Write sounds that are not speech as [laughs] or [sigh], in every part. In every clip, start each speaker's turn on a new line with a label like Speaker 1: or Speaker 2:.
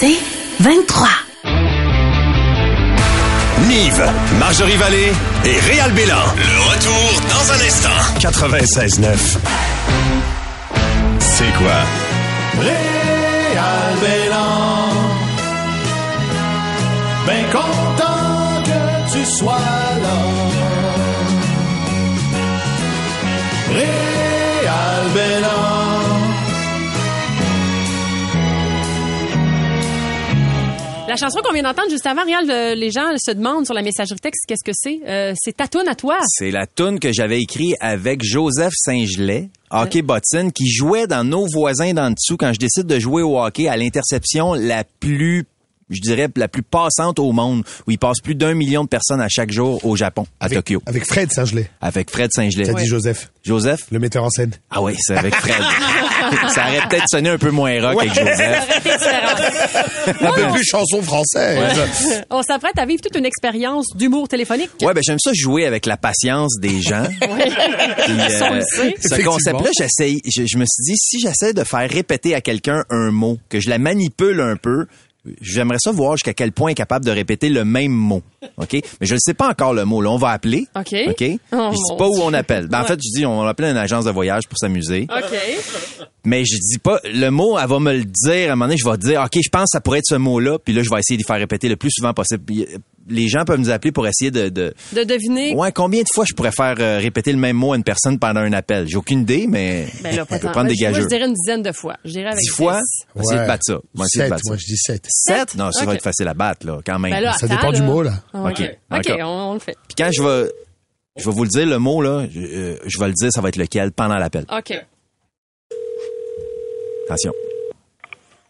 Speaker 1: C'est 23.
Speaker 2: Nive, Marjorie Vallée et Réal Bélan. Le retour dans un instant. 96.9. C'est quoi?
Speaker 3: Réal Bélan. Ben content que tu sois là. Réal Bélan.
Speaker 4: La chanson qu'on vient d'entendre juste avant, Réal, euh, les gens se demandent sur la messagerie texte qu'est-ce que c'est. Euh, c'est ta toune à
Speaker 5: [laughs]
Speaker 4: toi.
Speaker 5: C'est la toune que j'avais écrite avec Joseph Saint-Gelais, hockey bottine, qui jouait dans nos voisins d'en dessous quand je décide de jouer au hockey à l'interception la plus je dirais la plus passante au monde, où il passe plus d'un million de personnes à chaque jour au Japon, à
Speaker 6: Avec-
Speaker 5: Tokyo,
Speaker 6: Avec Fred Saint-Gelais.
Speaker 5: avec Fred Saint-Gelais.
Speaker 6: T'as dit Joseph,
Speaker 5: Joseph?
Speaker 6: le metteur en scène.
Speaker 5: Ah oui, c'est avec Fred. ça aurait peut-être sonné un peu moins rock avec Joseph.
Speaker 6: Un peu plus chanson française.
Speaker 4: On s'apprête à vivre toute une expérience d'humour téléphonique.
Speaker 5: Ouais, ben j'aime ça jouer avec la patience des
Speaker 4: [laughs]
Speaker 5: gens. Puis, euh,
Speaker 4: Ça, on le sait.
Speaker 5: ce
Speaker 6: Effectivement.
Speaker 5: concept-là, j'essaye, je, je me suis dit, si j'essaie de faire répéter à quelqu'un un mot, que je la manipule un peu, j'aimerais ça voir jusqu'à quel point elle est capable de répéter le même mot. OK? Mais je ne sais pas encore le mot. Là, on va appeler.
Speaker 4: OK.
Speaker 5: OK?
Speaker 4: Oh,
Speaker 5: je dis
Speaker 4: mon
Speaker 5: pas où
Speaker 4: Dieu. Ah.
Speaker 5: on appelle. Ben, En
Speaker 4: Ouais.
Speaker 5: fait, je dis, on appelle une agence de voyage pour s'amuser.
Speaker 4: OK.
Speaker 5: Mais je dis pas le mot, elle va me le dire. À un moment donné, je vais dire, OK, je pense que ça pourrait être ce mot-là. Puis là, je vais essayer de le faire répéter le plus souvent possible. Puis, euh, Les gens peuvent nous appeler pour essayer de- de,
Speaker 4: De deviner.
Speaker 5: Ouais, combien de fois je pourrais faire euh, répéter le même mot à une personne pendant un appel? J'ai aucune idée, mais [laughs]
Speaker 4: Ben là,
Speaker 5: on
Speaker 4: pas
Speaker 5: peut
Speaker 4: tant.
Speaker 5: prendre
Speaker 4: Moi,
Speaker 5: des
Speaker 4: je- moi, je
Speaker 5: gageurs.
Speaker 4: dirais une dizaine de fois. Je dirais avec
Speaker 5: Dix fois?
Speaker 4: dix.
Speaker 5: On va essayer de
Speaker 6: Ouais.
Speaker 5: battre ça. On va essayer de
Speaker 6: Sept,
Speaker 5: battre
Speaker 6: moi
Speaker 5: ça.
Speaker 6: je dis 7.
Speaker 5: Sept? Non, ça va
Speaker 4: Ok.
Speaker 5: être facile à battre, là, quand même.
Speaker 4: Ben là,
Speaker 6: Ça
Speaker 4: attends,
Speaker 6: dépend du mot, là.
Speaker 4: Ouais.
Speaker 5: OK,
Speaker 4: OK,
Speaker 5: d'accord.
Speaker 4: on, on le fait.
Speaker 5: Puis quand je
Speaker 4: euh,
Speaker 5: vais, je vais vous le dire, le mot, là, je, euh, je vais le dire, ça va être lequel pendant l'appel.
Speaker 4: OK.
Speaker 5: Attention.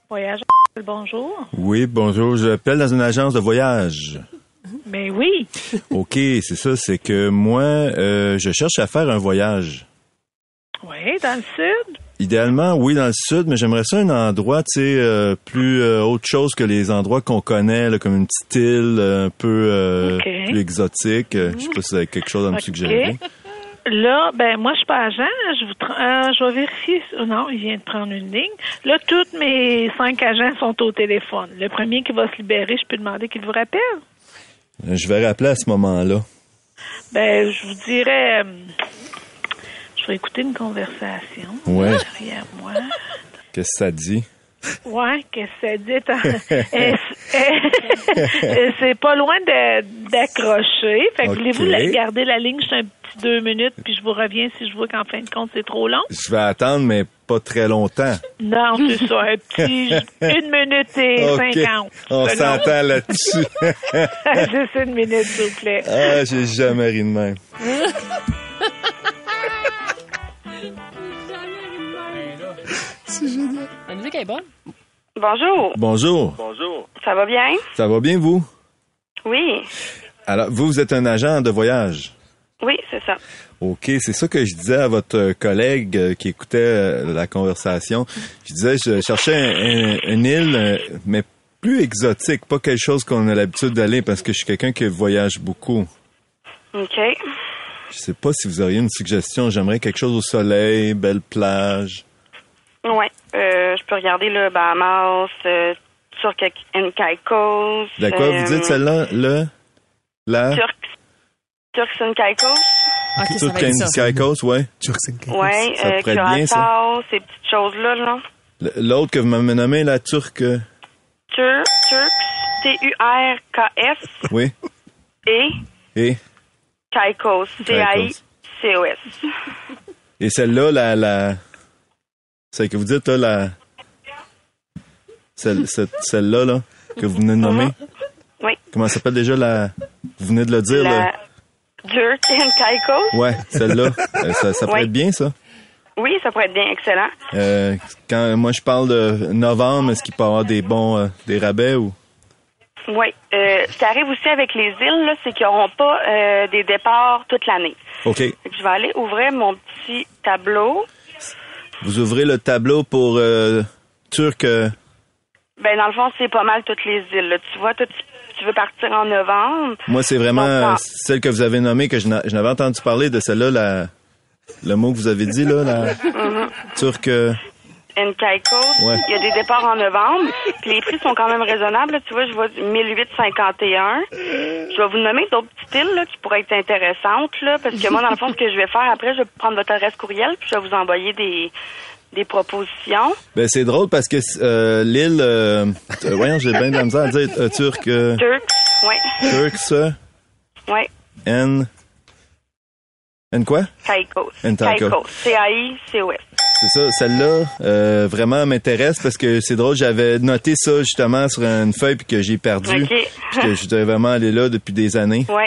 Speaker 7: Voyage, bonjour.
Speaker 5: Oui, bonjour, j'appelle dans une agence de voyage.
Speaker 7: Ben oui.
Speaker 5: OK, c'est ça, c'est que moi, euh, je cherche à faire un voyage.
Speaker 7: Oui, dans le sud.
Speaker 5: Idéalement, oui, dans le sud, mais j'aimerais ça un endroit, tu sais, euh, plus euh, autre chose que les endroits qu'on connaît, là, comme une petite île euh, un peu euh,
Speaker 7: Ok.
Speaker 5: plus exotique. Euh, Je sais pas si vous avez quelque chose à me
Speaker 7: Ok.
Speaker 5: suggérer.
Speaker 7: Là, ben moi, je suis pas agent. Je, vous tra- euh, je vais vérifier. si- oh non, il vient de prendre une ligne. Là, toutes mes cinq agents sont au téléphone. Le premier qui va se libérer, je peux demander qu'il vous rappelle.
Speaker 5: Euh, Je vais rappeler à ce moment-là.
Speaker 7: Ben, je vous dirais... euh, Je vais écouter une conversation.
Speaker 5: Ouais.
Speaker 7: Derrière moi.
Speaker 5: Qu'est-ce que ça dit?
Speaker 7: Ouais, qu'est-ce que ça dit? [laughs] Attends. Eh, c'est- [laughs] eh, C'est pas loin de- d'accrocher. Fait que
Speaker 5: Ok.
Speaker 7: voulez-vous la- garder la ligne juste un petit deux minutes, puis je vous reviens si je vois qu'en fin de compte, c'est trop long?
Speaker 5: Je vais attendre, mais pas très longtemps.
Speaker 7: Non, c'est ça, un petit... Une minute et cinquante. Ben secondes. [laughs]
Speaker 5: là-dessus.
Speaker 7: Juste une minute, s'il vous plaît.
Speaker 5: ah, j'ai jamais ri de même.
Speaker 4: La musique est bonne.
Speaker 8: Bonjour,
Speaker 5: Bonjour.
Speaker 8: ça va bien?
Speaker 5: Ça va bien, vous?
Speaker 8: Oui,
Speaker 5: Alors, vous, vous êtes un agent de voyage?
Speaker 8: oui, c'est ça.
Speaker 5: OK, c'est ça que je disais à votre euh, collègue euh, qui écoutait euh, la conversation. Je disais, je cherchais un- un- une île, euh, mais plus exotique, pas quelque chose qu'on a l'habitude d'aller parce que je suis quelqu'un qui voyage beaucoup.
Speaker 8: OK.
Speaker 5: Je sais pas si vous auriez une suggestion. J'aimerais quelque chose au soleil, belle plage.
Speaker 8: Ouais, euh, je peux regarder le Bahamas, euh, sur une Caicos.
Speaker 5: D'accord, vous
Speaker 4: Euh,
Speaker 5: dites celle-là, le, la,
Speaker 8: Turks, Turks and Caicos.
Speaker 4: OK, ça
Speaker 5: toute
Speaker 4: va être ça.
Speaker 5: Caicos, ouais.
Speaker 6: Turc
Speaker 8: Ouais,
Speaker 5: Ça
Speaker 8: euh,
Speaker 5: pourrait être bien, ça.
Speaker 8: Curaçao, ces petites choses-là, là.
Speaker 5: L- L'autre que vous m'avez nommé, la turque, euh,
Speaker 8: Tur- Turks, T-U-R-K-S
Speaker 5: oui,
Speaker 8: et
Speaker 5: et,
Speaker 8: Caicos,
Speaker 5: Caicos.
Speaker 8: C-A-I-C-O-S.
Speaker 5: et celle-là, la, la, celle que vous dites, là, la, celle, cette- celle-là, là, que vous venez de nommer.
Speaker 8: Mhm. Oui.
Speaker 5: Comment ça s'appelle déjà la, vous venez de le dire,
Speaker 8: La
Speaker 5: là.
Speaker 8: Turks and Caicos.
Speaker 5: Ouais, celle-là. Euh, ça, ça pourrait
Speaker 8: Oui.
Speaker 5: être bien, ça.
Speaker 8: Oui, ça pourrait être bien, excellent.
Speaker 5: Euh, quand moi je parle de novembre, est-ce qu'il peut y avoir des bons, euh, des rabais ou?
Speaker 8: Oui. Euh, ce qui arrive aussi avec les îles, là, c'est qu'ils n'auront pas euh, des départs toute l'année.
Speaker 5: OK.
Speaker 8: Fait que Je vais aller ouvrir mon petit tableau.
Speaker 5: Vous ouvrez le tableau pour euh, Turc. euh,
Speaker 8: Ben dans le fond, c'est pas mal toutes les îles. là. Tu vois, toi, tu, tu veux partir en novembre.
Speaker 5: moi, c'est vraiment
Speaker 8: Bon,
Speaker 5: euh,
Speaker 8: bon.
Speaker 5: celle que vous avez nommée que je n'a- je n'avais entendu
Speaker 8: Mhm.
Speaker 5: parler de celle-là, la, le mot que vous avez dit, là, la Turc. euh,
Speaker 8: une caille-côte.
Speaker 9: Ouais.
Speaker 8: Il y a des départs en novembre. Puis les prix sont quand même raisonnables. là. Tu vois, je vois du 1851. Je vais vous nommer d'autres petites îles là, qui pourraient être intéressantes. Là, parce que moi, dans le fond, ce que je vais faire après, je vais prendre votre adresse courriel puis je vais vous envoyer des, des propositions.
Speaker 5: Ben, c'est drôle parce que euh, l'île... euh, euh, voyons, j'ai bien de la misère à dire euh, turc. Euh,
Speaker 8: Turks, oui.
Speaker 5: Turks, euh,
Speaker 8: Oui.
Speaker 5: N... N quoi?
Speaker 8: Caïcos.
Speaker 5: Une caïcos.
Speaker 8: C-A-I-C-O-S.
Speaker 5: C'est ça, celle-là euh, vraiment m'intéresse parce que c'est drôle, j'avais noté ça justement sur une feuille puis que j'ai perdu.
Speaker 8: Ok.
Speaker 5: Puis que je devais vraiment aller là depuis des années.
Speaker 8: Oui.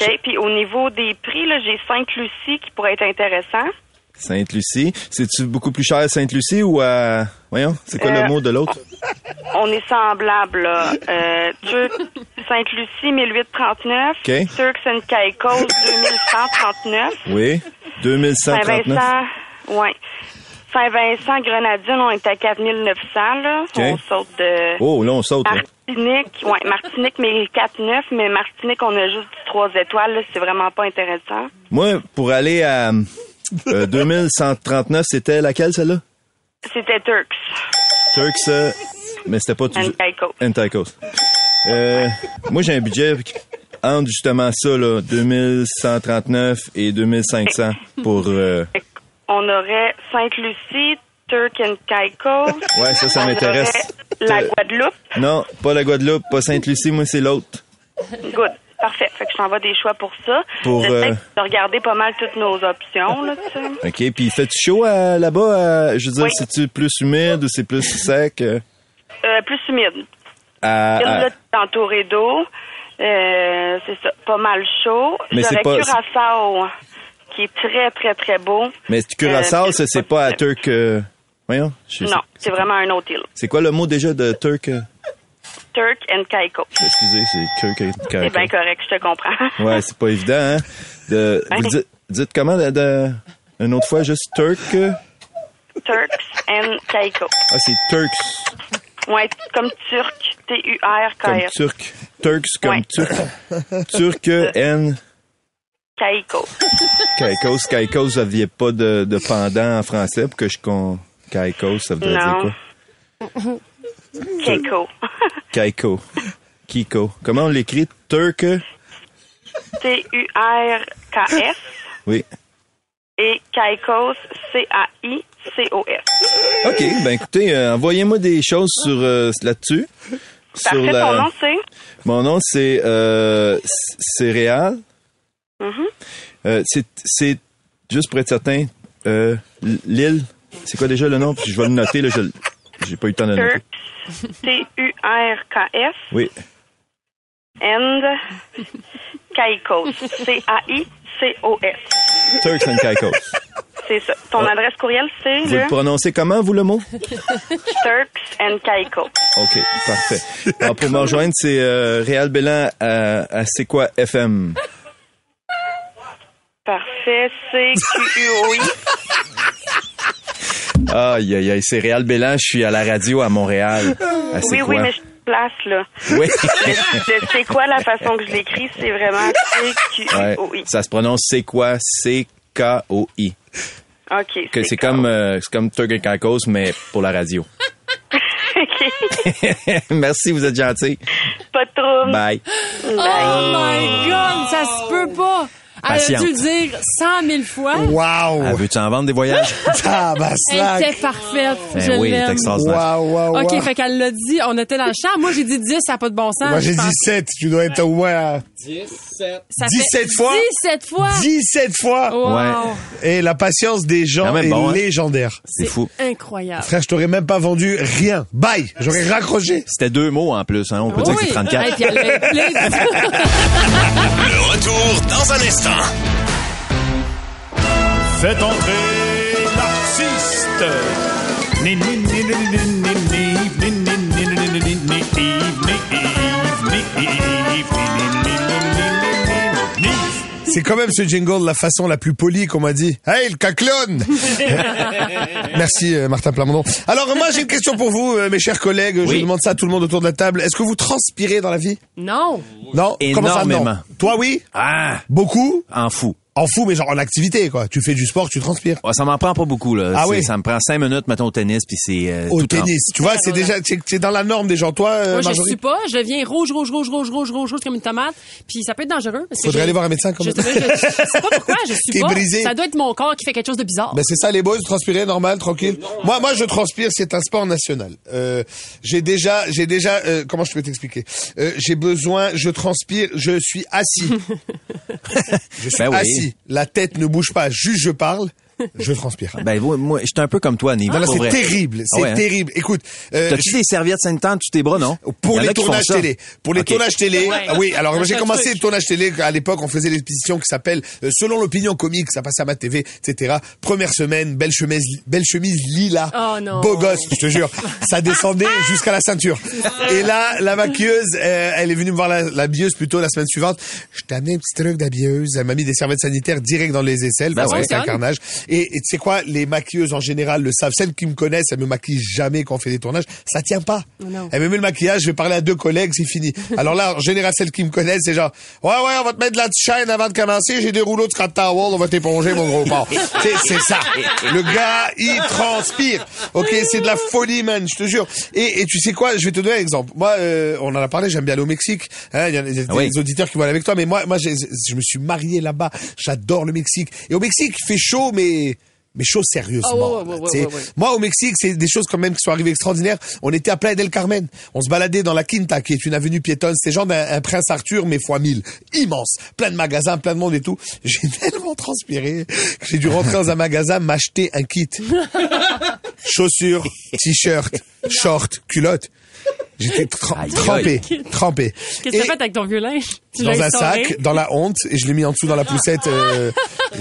Speaker 8: OK. Puis au niveau des prix, là, j'ai Sainte-Lucie qui pourrait être intéressant.
Speaker 5: Sainte-Lucie. C'est-tu beaucoup plus cher à Sainte-Lucie ou à... Voyons, c'est quoi
Speaker 8: Euh,
Speaker 5: le mot de l'autre?
Speaker 8: On est semblable, là. Euh,
Speaker 5: [laughs]
Speaker 8: Turc- Sainte-Lucie, 1839.
Speaker 5: OK.
Speaker 8: Turks and Caicos, 2139.
Speaker 5: Oui, 2139.
Speaker 8: Saint-Vincent, ouais. Saint-Vincent, Grenadine, on est à 4900, là.
Speaker 5: OK.
Speaker 8: On saute de...
Speaker 5: Oh, là, on saute.
Speaker 8: Ah.
Speaker 5: là.
Speaker 8: Martinique, ouais, Martinique, mais 4-9, mais Martinique, on a juste du 3 étoiles, là, c'est vraiment pas intéressant.
Speaker 5: Moi, pour aller à euh, 2139, c'était laquelle, celle-là?
Speaker 8: C'était Turks
Speaker 5: Turks, euh, mais c'était pas...
Speaker 8: and
Speaker 5: toujours-
Speaker 8: Caicos.
Speaker 5: Anticos. Euh, moi, j'ai un budget qui- entre justement ça, là, 2139 et 2500 pour... euh,
Speaker 8: On aurait Sainte-Lucie, Turk and Caicos.
Speaker 5: Ouais, ça, ça
Speaker 8: On
Speaker 5: m'intéresse.
Speaker 8: aurait La
Speaker 5: Euh,
Speaker 8: Guadeloupe.
Speaker 5: non, pas la Guadeloupe, pas Sainte-Lucie, moi, c'est l'autre.
Speaker 8: Good. Parfait. Fait que je t'envoie des choix pour ça.
Speaker 5: Pour,
Speaker 8: J'essaie
Speaker 5: euh,
Speaker 8: de regarder pas mal toutes nos options, là, tu sais.
Speaker 5: OK, puis fait-tu chaud euh, là-bas? euh, je veux dire,
Speaker 8: Oui.
Speaker 5: c'est-tu plus humide ou c'est plus sec? euh,
Speaker 8: Euh, plus humide.
Speaker 5: à-
Speaker 8: Une,
Speaker 5: à-
Speaker 8: là, t'es entouré d'eau. Euh, c'est ça. Pas mal chaud.
Speaker 5: Mais c'est
Speaker 8: J'aurais
Speaker 5: pas-
Speaker 8: Curaçao, qui est très, très, très beau.
Speaker 5: Mais c'est Curaçao,
Speaker 8: Euh,
Speaker 5: ça, c'est pas à Turc... euh, Voyons. je-
Speaker 8: Non, c'est vraiment un autre île.
Speaker 5: C'est quoi le mot déjà de Turc? euh,
Speaker 8: Turk and Caicos.
Speaker 5: Excusez, c'est Turc.
Speaker 8: C'est bien correct, je te comprends.
Speaker 5: Ouais, c'est pas évident, hein? De,
Speaker 8: Ouais.
Speaker 5: vous dites, dites comment de- de- une autre fois, juste Turc? euh?
Speaker 8: [laughs] Turks and Caicos.
Speaker 5: Ah, c'est Turks,
Speaker 8: Ouais, comme turc,
Speaker 5: comme
Speaker 8: T-U-R-K-S,
Speaker 5: Turc. Turks comme
Speaker 8: Ouais.
Speaker 5: Turc. Turc, N,
Speaker 8: Caïco.
Speaker 5: Kaikos. Kaikos, vous aviez pas de, de pendant en français pour que je con... Kaikos, ça voudrait dire
Speaker 8: Non.
Speaker 5: quoi?
Speaker 8: Caïco.
Speaker 5: Kaiko. Kiko. Comment on l'écrit? Turc?
Speaker 8: T-U-R-K-S
Speaker 5: Oui.
Speaker 8: et Caïcos, C-A-I-C-O-S.
Speaker 5: OK, ben écoutez, euh, envoyez-moi des choses sur euh, là-dessus. Sur
Speaker 8: Parfait,
Speaker 5: la-
Speaker 8: ton nom, c'est?
Speaker 5: Mon nom, c'est euh, C- Céréal. Euh, c'est- c'est, juste pour être certain, euh, L- Lille. C'est quoi déjà le nom? Puis je vais le noter, là, je l- j'ai pas eu le temps de le noter.
Speaker 8: Turks, T-U-R-K-S
Speaker 5: Oui,
Speaker 8: and Caïcos, C-A-I-C-O-S.
Speaker 5: Turks and Caicos.
Speaker 8: C'est ça. Ton adresse courriel, c'est
Speaker 5: Vous le
Speaker 8: le
Speaker 5: prononcez comment, vous, le mot?
Speaker 8: Turks and Caïcos.
Speaker 5: OK, parfait. Alors, pour me rejoindre, c'est euh, Réal Bélan à, à C'est quoi FM?
Speaker 8: Parfait, C-Q-U-O-I.
Speaker 5: Aïe, aïe, aïe, c'est Réal Bélan, je suis à la radio à Montréal. À C'est
Speaker 8: Oui,
Speaker 5: quoi?
Speaker 8: oui, mais je te place, là. [laughs]
Speaker 5: Oui.
Speaker 8: Le c'est quoi la façon que je l'écris, c'est vraiment
Speaker 5: Ouais,
Speaker 8: C-Q-U-O-I.
Speaker 5: Ça se prononce C'est quoi? C-K-O-I.
Speaker 8: OK.
Speaker 5: que c'est comme euh, c'est comme Turk and Caicos mais pour la radio.
Speaker 8: [laughs]
Speaker 5: [laughs]
Speaker 8: OK.
Speaker 5: Merci, vous êtes gentil.
Speaker 8: Pas de trouble.
Speaker 5: Bye.
Speaker 4: Oh my God, ça se peut pas. Elle a
Speaker 9: Patiente.
Speaker 4: dû le dire cent mille fois.
Speaker 9: Ah,
Speaker 6: Wow!
Speaker 9: veux-tu en vendre des
Speaker 5: [laughs]
Speaker 9: voyages?
Speaker 4: Elle
Speaker 6: Tabaslac!
Speaker 4: était parfaite.
Speaker 9: Ben
Speaker 4: Je
Speaker 9: oui, t'es
Speaker 4: l'aime.
Speaker 9: extraordinaire.
Speaker 6: Wow, wow, wow!
Speaker 4: OK, fait qu'elle l'a dit, on était dans le champ. Moi, j'ai dit 10, ça n'a pas de bon sens.
Speaker 6: Moi, j'ai
Speaker 4: Je
Speaker 6: dit
Speaker 4: pense-
Speaker 6: 7. Tu dois être au moins à
Speaker 4: ça
Speaker 6: 17
Speaker 4: fait
Speaker 6: fois?
Speaker 4: 17 fois!
Speaker 6: 17 fois.
Speaker 4: Wow.
Speaker 9: Ouais.
Speaker 6: Et la patience des gens
Speaker 9: Quand même
Speaker 6: est
Speaker 9: bon, hein.
Speaker 6: légendaire.
Speaker 9: C'est fou.
Speaker 4: Incroyable.
Speaker 6: Frère, je t'aurais même pas vendu rien. Bye! J'aurais raccroché.
Speaker 9: C'était deux mots en plus, hein. On peut dire que c'est 34.
Speaker 4: Et puis elle l'a
Speaker 6: [laughs]
Speaker 4: appelé.
Speaker 10: Le retour dans un instant.
Speaker 11: Faites entrer l'artiste. Ni, ni, ni, ni, ni, ni, ni, ni, ni, ni, ni, ni, ni, ni, ni, Yves, ni, Yves, ni, Yves, ni, Yves, ni, ni, ni, ni, ni, ni, ni, Yves.
Speaker 6: C'est quand même ce jingle de la façon la plus polie qu'on m'a dit. Hey, le caclone! Merci, euh, Martin Plamondon. Alors, moi, j'ai une question pour vous, euh, mes chers collègues. Je
Speaker 9: Oui.
Speaker 6: demande ça à tout le monde autour de la table. Est-ce que vous transpirez dans la vie?
Speaker 4: non!
Speaker 6: Non? Comment ça, non
Speaker 9: Énormément.
Speaker 6: Toi, oui?
Speaker 9: Ah!
Speaker 6: Beaucoup?
Speaker 9: En fou.
Speaker 6: en fou, mais genre en activité, quoi. Tu fais du sport, tu transpires.
Speaker 5: Ouais, Ah, ça m'en prend pas beaucoup, là.
Speaker 6: Ah
Speaker 5: C'est-
Speaker 6: oui.
Speaker 5: Ça me prend cinq minutes, mettons, au tennis, puis c'est... euh,
Speaker 6: Au
Speaker 5: tout trempé.
Speaker 6: tennis, tu vois, c'est déjà, c'est c'est dans la norme des gens. Toi, euh,
Speaker 4: Moi, je
Speaker 6: Marjorie,
Speaker 4: suis pas. Je deviens rouge, rouge, rouge, rouge, rouge, rouge, rouge comme une tomate. Puis ça peut être dangereux. parce que
Speaker 6: faudrait
Speaker 4: je-
Speaker 6: aller voir un médecin quand
Speaker 4: Je,
Speaker 6: même.
Speaker 4: je, je
Speaker 6: [laughs]
Speaker 4: sais pas pourquoi, je suis
Speaker 6: T'es
Speaker 4: pas.
Speaker 6: brisé.
Speaker 4: Ça doit être mon corps qui fait quelque chose de bizarre.
Speaker 6: Ben c'est ça les boys, transpirer normal, tranquille. Moi moi je transpire, c'est un sport national. Euh, j'ai déjà j'ai déjà euh, comment je peux t'expliquer Euh, J'ai besoin, je transpire, je suis assis. je suis
Speaker 5: Ben oui.
Speaker 6: assis. La tête ne bouge pas, juste je parle,
Speaker 5: [laughs]
Speaker 6: je transpire.
Speaker 5: Ben, moi, moi, j'étais un peu comme toi, Nive.
Speaker 6: Non, là,
Speaker 5: pour
Speaker 6: c'est
Speaker 5: vrai.
Speaker 6: terrible, c'est
Speaker 5: Ah ouais, hein?
Speaker 6: terrible. Écoute, euh,
Speaker 5: T'as-tu
Speaker 6: je-
Speaker 5: des serviettes saines-tantes sous tes bras, non? Hein Y en
Speaker 6: pour
Speaker 5: a
Speaker 6: les
Speaker 5: qui font
Speaker 6: tournages
Speaker 5: ça.
Speaker 6: télé, pour les
Speaker 5: Ok.
Speaker 6: tournages télé,
Speaker 4: Ouais.
Speaker 6: ah oui. Alors
Speaker 4: Ça, c'est
Speaker 6: j'ai
Speaker 4: un
Speaker 6: commencé
Speaker 4: truc.
Speaker 6: le tournage télé à l'époque, on faisait l'exposition qui s'appelle euh, Selon l'opinion comique, ça passe à ma TV, etc. Première semaine, belle chemise, belle chemise lila,
Speaker 4: Oh non. Ah
Speaker 6: beau gosse, je te jure, ça descendait jusqu'à la
Speaker 4: [laughs]
Speaker 6: ceinture. Et là, la maquilleuse, euh, elle est venue me voir la, la bieuse plutôt la semaine suivante. Je t'ai amené un petit truc d'habilleuse, elle m'a mis des serviettes sanitaires direct dans les aisselles
Speaker 5: Ben
Speaker 6: parce
Speaker 5: ouais.
Speaker 6: que c'est un carnage. Et et tu sais quoi, les maquilleuses en général le savent. Celles qui me connaissent, elles me maquillent jamais quand on fait des tournages. Ça tient pas.
Speaker 4: Non.
Speaker 6: Elles me met le maquillage, je vais parler à deux collègues, c'est fini. Alors là, en général, celles qui me connaissent, c'est genre, ouais, ouais, on va te mettre de la petite chaîne avant de commencer, j'ai des rouleaux de Scott Towel, on va t'éponger, mon gros porc. C'est- c'est ça. Le gars, il transpire. OK, c'est de la folie, man, je te jure. Et, et tu sais quoi, je vais te donner un exemple. Moi, euh, on en a parlé, j'aime bien aller au Mexique. Hein, Il y a, il y a
Speaker 5: Ah oui.
Speaker 6: des auditeurs qui vont aller avec toi, mais moi, moi, j'ai- je me suis marié là-bas. J'adore le Mexique. Et au Mexique, il fait chaud, mais... Mais chaud sérieusement.
Speaker 4: Ah ouais, ouais, ouais,
Speaker 6: là, tu sais.
Speaker 4: ouais, ouais.
Speaker 6: Moi, au Mexique, c'est des choses quand même qui sont arrivées extraordinaires. On était à Playa del Carmen. On se baladait dans la Quinta, qui est une avenue piétonne. C'est genre d'un un prince Arthur, mais fois mille. Immense. Plein de magasins, plein de monde et tout. J'ai [laughs] tellement transpiré que j'ai dû rentrer dans un magasin, m'acheter
Speaker 4: [laughs]
Speaker 6: un kit. Chaussures, t-shirt, short, culotte. J'étais tr-
Speaker 5: Aïe,
Speaker 6: trempé, trempé.
Speaker 4: Qu'est-ce que
Speaker 6: Et-
Speaker 4: t'as fait avec ton vieux linge? [laughs] Tu
Speaker 6: dans
Speaker 4: l'as
Speaker 6: un
Speaker 4: essoré?
Speaker 6: sac, dans la honte, et je l'ai mis en dessous dans la poussette euh,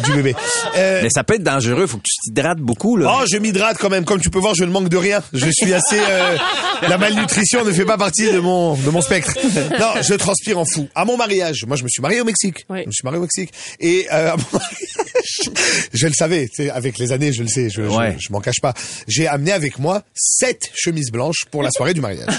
Speaker 6: du bébé. Euh,
Speaker 5: Mais ça peut être dangereux, faut que tu t'hydrates beaucoup, là.
Speaker 6: Oh, je m'hydrate quand même. Comme tu peux voir, je ne manque de rien. Je suis assez. euh, la malnutrition ne fait pas partie de mon de mon spectre. Non, je transpire en fou. À mon mariage, moi, je me suis marié au Mexique.
Speaker 4: Oui.
Speaker 6: Je me suis marié au Mexique et euh, à mon mariage, je le savais. tu sais, Avec les années, je le sais. Je je-
Speaker 5: Ouais.
Speaker 6: je m'en cache pas. J'ai amené avec moi sept chemises blanches pour la soirée du mariage.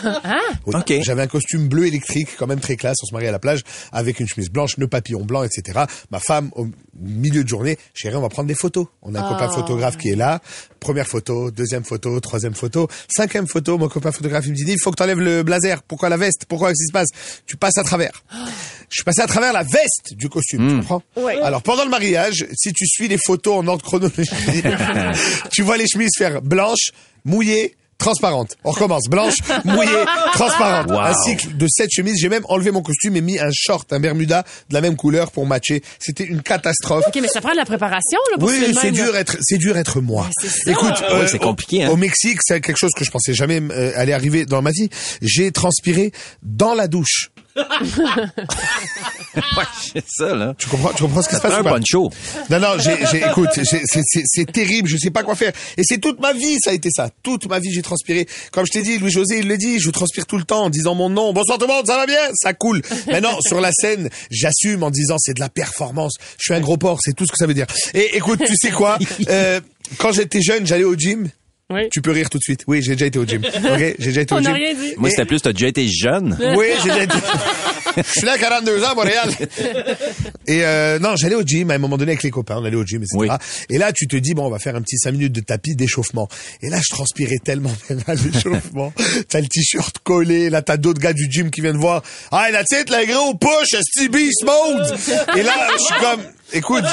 Speaker 6: Oui.
Speaker 5: Ok.
Speaker 6: J'avais un costume bleu électrique, quand même très classe. On se mariait à la plage avec une chemise blanche, le papillon blanc, etc. Ma femme, au milieu de journée, chérie, on va prendre des photos. On a un copain photographe qui est là. Première photo, deuxième photo, troisième photo, cinquième photo. Mon copain photographe, il me dit, il faut que t'enlèves le blazer. Pourquoi la veste? Pourquoi qu'est-ce qui se passe? Tu passes à travers. Je suis passé à travers la veste du costume, tu comprends? Alors, pendant le mariage, si tu suis les photos en ordre chronologique, tu vois les chemises faire blanche, mouillée, transparente. On recommence.
Speaker 4: [laughs]
Speaker 6: Blanche, mouillée, transparente.
Speaker 5: Wow.
Speaker 6: Un cycle de sept chemises. J'ai même enlevé mon costume et mis un short, un Bermuda de la même couleur pour matcher. C'était une catastrophe.
Speaker 4: OK, mais ça prend de la préparation, là, pour
Speaker 6: Oui,
Speaker 4: tuer le
Speaker 6: c'est
Speaker 4: même, là.
Speaker 6: dur être, c'est dur être moi.
Speaker 4: c'est ça.
Speaker 6: Écoute,
Speaker 5: Ouais, c'est compliqué, hein.
Speaker 6: Au Mexique, c'est quelque chose que je pensais jamais euh, aller arriver dans ma vie. J'ai transpiré dans la douche.
Speaker 5: Ouais, [laughs] c'est ça, là.
Speaker 6: Tu comprends, tu comprends ce qui oh. se passe
Speaker 5: C'est un
Speaker 6: ou pas
Speaker 5: poncho.
Speaker 6: Non, non, j'ai, j'ai- écoute, j'ai- c'est- c'est c'est terrible, je sais pas quoi faire. Et c'est toute ma vie, ça a été ça. Toute ma vie, j'ai transpiré. Comme je t'ai dit, Louis-José, il le dit, je transpire tout le temps en disant mon nom. Bonsoir tout le monde, ça va bien? Ça coule. Maintenant, sur la scène, j'assume en disant c'est de la performance. Je suis un gros porc, c'est tout ce que ça veut dire. Et écoute, tu sais
Speaker 4: [laughs]
Speaker 6: quoi? Euh, quand j'étais jeune, j'allais au gym.
Speaker 4: Oui.
Speaker 6: Tu peux rire tout de suite. Oui, j'ai déjà été au gym. Ok, j'ai déjà été
Speaker 4: On
Speaker 6: au gym.
Speaker 4: n'a rien dit.
Speaker 5: Moi, c'était plus, t'as déjà été
Speaker 6: [laughs]
Speaker 5: jeune.
Speaker 6: Oui, j'ai déjà été- Je suis là à 42 ans à Montréal. Et euh, non, j'allais au gym à un moment donné avec les copains, on allait au gym, etc.
Speaker 5: Oui.
Speaker 6: Et là, tu te dis, bon, on va faire un petit 5 minutes de tapis d'échauffement. Et là, je transpirais tellement [laughs] même à l'échauffement. t'as le t-shirt collé, là, t'as d'autres gars du gym qui viennent voir. Ah, la tête, la gros, push, Stevie, mode. Et là, je suis comme, écoute,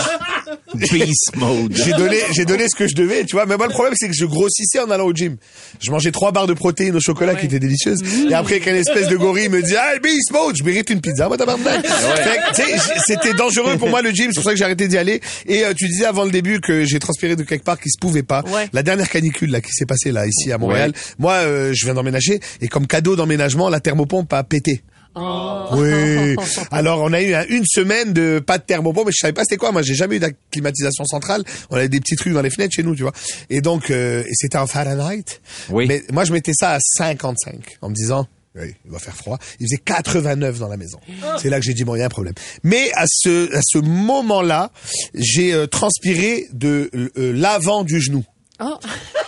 Speaker 5: Beast mode.
Speaker 6: j'ai donné, j'ai donné ce que je devais, tu vois. Mais moi, le problème, c'est que je grossissais en allant au gym. Je mangeais trois barres de protéines au chocolat qui étaient délicieuses. Et après, qu'un espèce de gorille me dit, ah, Beast Mode, je mérite une pizza, moi, tabarnak. Fait que, tu sais, j- C'était dangereux pour moi, le gym. C'est pour ça que j'ai arrêté d'y aller. Et euh, tu disais avant le début que j'ai transpiré de quelque part qui se pouvait pas.
Speaker 4: Ouais.
Speaker 6: La dernière canicule, là, qui s'est passée, là, ici, à Montréal. Moi, euh, je viens d'emménager. Et comme cadeau d'emménagement, la thermopompe a pété. Ah. Oui. Alors on a eu hein, une semaine de pas de thermopompe, mais je savais pas c'était quoi. Moi, j'ai jamais eu de climatisation centrale. On avait des petits trucs dans les fenêtres chez nous, tu vois. Et donc euh, et c'était en Fahrenheit.
Speaker 5: Oui.
Speaker 6: Mais moi, je mettais ça à 55 en me disant. Oui, il va faire froid. Il faisait 89 dans la maison. C'est là que j'ai dit bon, il y a un problème. Mais à ce à ce moment-là, j'ai euh, transpiré de euh, l'avant du genou.
Speaker 4: Oh.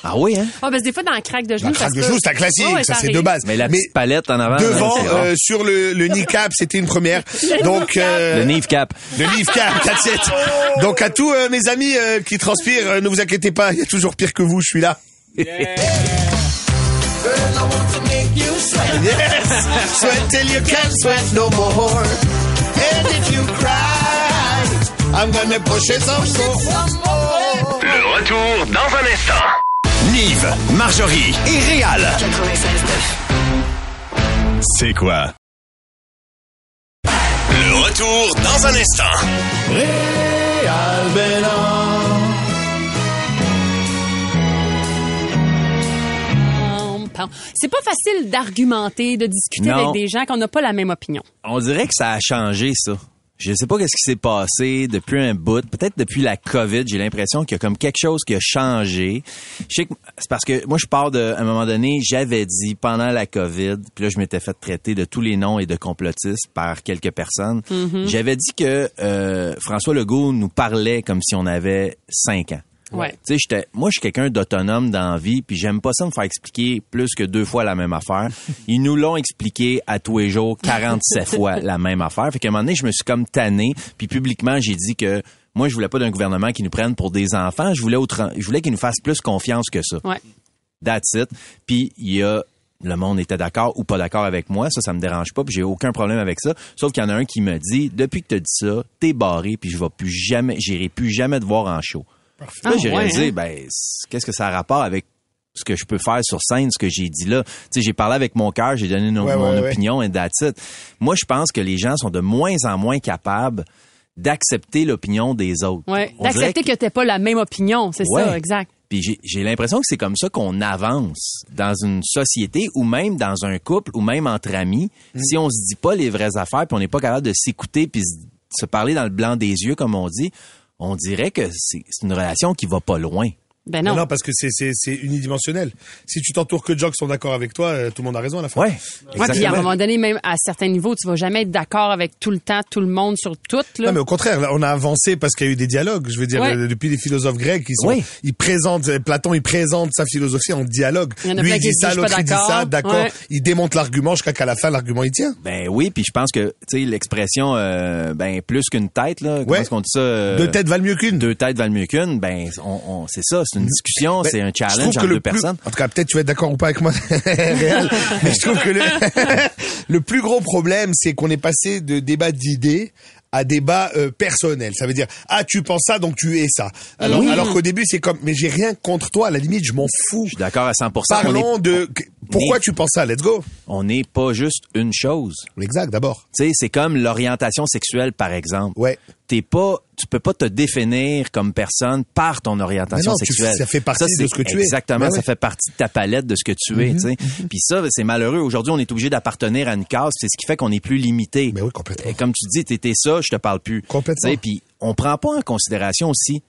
Speaker 5: Ah oui, hein?
Speaker 4: Ah, parce que des fois, dans le craque de
Speaker 6: La
Speaker 4: genoux,
Speaker 6: craque
Speaker 4: se
Speaker 6: de
Speaker 4: peut. Ah
Speaker 6: genoux, c'est un classique,
Speaker 4: Ouais, ouais,
Speaker 6: ça c'est
Speaker 4: arrive.
Speaker 6: de base.
Speaker 5: Mais la petite palette en avant.
Speaker 6: devant,
Speaker 5: hein, c'est rare.
Speaker 6: euh, sur le, le kneecap, c'était une première. Donc, euh,
Speaker 5: le Nive Cap.
Speaker 6: le kneecap, that's it. Donc à tous euh, mes amis euh, qui transpirent, euh, ne vous inquiétez pas, il y a toujours pire que vous, je suis là. [laughs] Yes, sweat till you can't sweat no more. And if you cry, I'm gonna push it up so more.
Speaker 2: Le retour dans un instant. Nive, Marjorie et Réal. C'est quoi? Le retour dans un instant.
Speaker 4: Pam, pam. C'est pas facile d'argumenter, de discuter
Speaker 5: Non.
Speaker 4: avec des gens qu'on n'a pas la même opinion.
Speaker 5: On dirait que ça a changé, ça. Je sais pas qu'est-ce qui s'est passé depuis un bout. Peut-être depuis la COVID, j'ai l'impression qu'il y a comme quelque chose qui a changé. Je sais que c'est parce que moi, je pars de, à un moment donné, j'avais dit pendant la COVID, puis là, je m'étais fait traiter de tous les noms et de complotistes par quelques personnes. J'avais dit que euh, François Legault nous parlait comme si on avait cinq ans.
Speaker 4: Ouais.
Speaker 5: Tu sais, j'étais, moi, je suis quelqu'un d'autonome dans la vie, puis j'aime pas ça me faire expliquer plus que deux fois la même affaire. Ils nous l'ont expliqué à tous les jours 47 fois la même affaire. Fait qu'à un moment donné, je me suis comme tanné, puis publiquement, j'ai dit que moi, je voulais pas d'un gouvernement qui nous prenne pour des enfants. Je voulais autre, je voulais qu'ils nous fassent plus confiance que ça.
Speaker 4: Ouais.
Speaker 5: That's it. Puis il y a le monde était d'accord ou pas d'accord avec moi, ça ça me dérange pas, puis j'ai aucun problème avec ça. Sauf qu'il y en a un qui me dit depuis que tu as dit ça, t'es barré, puis je vais plus jamais, j'irai plus jamais te voir en show. Là,
Speaker 4: Ah,
Speaker 5: j'ai
Speaker 4: ouais,
Speaker 5: réalisé,
Speaker 4: hein?
Speaker 5: ben, c- qu'est-ce que ça a rapport avec ce que je peux faire sur scène, ce que j'ai dit là. Tu sais, j'ai parlé avec mon cœur, j'ai donné no-
Speaker 6: Ouais,
Speaker 5: mon
Speaker 6: ouais, ouais.
Speaker 5: opinion et that's it. Moi, je pense que les gens sont de moins en moins capables d'accepter l'opinion des autres.
Speaker 4: Ouais.
Speaker 5: On dirait
Speaker 4: D'accepter que t'aies pas la même opinion, c'est
Speaker 5: Ouais.
Speaker 4: ça, exact.
Speaker 5: puis j'ai- j'ai l'impression que c'est comme ça qu'on avance dans une société ou même dans un couple ou même entre amis.
Speaker 6: Mm.
Speaker 5: Si on se dit pas les vraies affaires puis on n'est pas capable de s'écouter puis se- se parler dans le blanc des yeux comme on dit, on dirait que c'est c'est une relation qui va pas loin.
Speaker 4: Ben
Speaker 6: Non.
Speaker 4: non.
Speaker 6: parce que c'est- c'est c'est unidimensionnel. Si tu t'entoures que de gens qui sont d'accord avec toi, euh, tout le monde a raison à la fin.
Speaker 5: Ouais.
Speaker 4: Ouais, puis à un
Speaker 5: Exactement.
Speaker 4: moment donné, même à certains niveaux, tu vas jamais être d'accord avec tout le temps, tout le monde sur tout. Là.
Speaker 6: Non, mais au contraire, là, on a avancé parce qu'il y a eu des dialogues. Je veux dire,
Speaker 4: Ouais.
Speaker 6: euh, depuis les philosophes grecs, ils, sont,
Speaker 5: Oui.
Speaker 6: ils présentent, euh, Platon, il présente sa philosophie en dialogue.
Speaker 4: Il y en a
Speaker 6: Lui,
Speaker 4: plein
Speaker 6: il
Speaker 4: qui
Speaker 6: dit
Speaker 4: se
Speaker 6: ça,
Speaker 4: disent, je suis
Speaker 6: l'autre,
Speaker 4: pas
Speaker 6: il dit ça,
Speaker 4: d'accord.
Speaker 6: d'accord.
Speaker 4: Ouais.
Speaker 6: Il démonte l'argument jusqu'à qu'à la fin, l'argument, il tient.
Speaker 5: Ben oui, puis je pense que tu sais l'expression euh, ben plus qu'une tête là, comment
Speaker 6: Ouais.
Speaker 5: est-ce qu'on dit ça euh,
Speaker 6: Deux têtes valent mieux qu'une.
Speaker 5: deux têtes valent mieux qu'une, ben on, on- c'est ça, c'est une discussion,
Speaker 6: Ben,
Speaker 5: c'est un
Speaker 6: je trouve
Speaker 5: challenge
Speaker 6: que
Speaker 5: entre
Speaker 6: le
Speaker 5: deux
Speaker 6: plus-
Speaker 5: personnes.
Speaker 6: En tout cas, peut-être tu vas être d'accord ou pas avec moi, [laughs]
Speaker 4: [laughs]
Speaker 6: Réal, mais je trouve que le, [laughs] le plus gros problème, c'est qu'on est passé de débat d'idées à débat euh, personnel. Ça veut dire, ah, tu penses ça, donc tu es ça. Alors, alors qu'au début, c'est comme, mais j'ai rien contre toi, à la limite, je m'en fous.
Speaker 5: Je suis d'accord à 100%.
Speaker 6: Parlons
Speaker 5: on est-
Speaker 6: de,
Speaker 5: on
Speaker 6: pourquoi
Speaker 5: est-
Speaker 6: tu penses ça, let's go.
Speaker 5: on n'est pas juste une chose.
Speaker 6: Exact, d'abord.
Speaker 5: Tu sais, c'est comme l'orientation sexuelle, par exemple.
Speaker 6: Ouais.
Speaker 5: T'es pas, tu peux pas te définir comme personne par ton orientation
Speaker 6: Mais non, tu-
Speaker 5: sexuelle.
Speaker 6: ça fait partie
Speaker 5: c'est-
Speaker 6: de ce que tu es.
Speaker 5: Exactement,
Speaker 6: Ben Mm-hmm.
Speaker 5: ça
Speaker 6: ouais.
Speaker 5: fait partie de ta palette de ce que tu es. tu sais. Puis ça, c'est malheureux. Aujourd'hui, on est obligé d'appartenir à une case. C'est ce qui fait qu'on est plus limité.
Speaker 6: Mais Ben oui, complètement.
Speaker 5: Et comme tu dis, t'étais ça, je te parle plus.
Speaker 6: Complètement.
Speaker 5: Tu sais, Puis on prend pas en considération aussi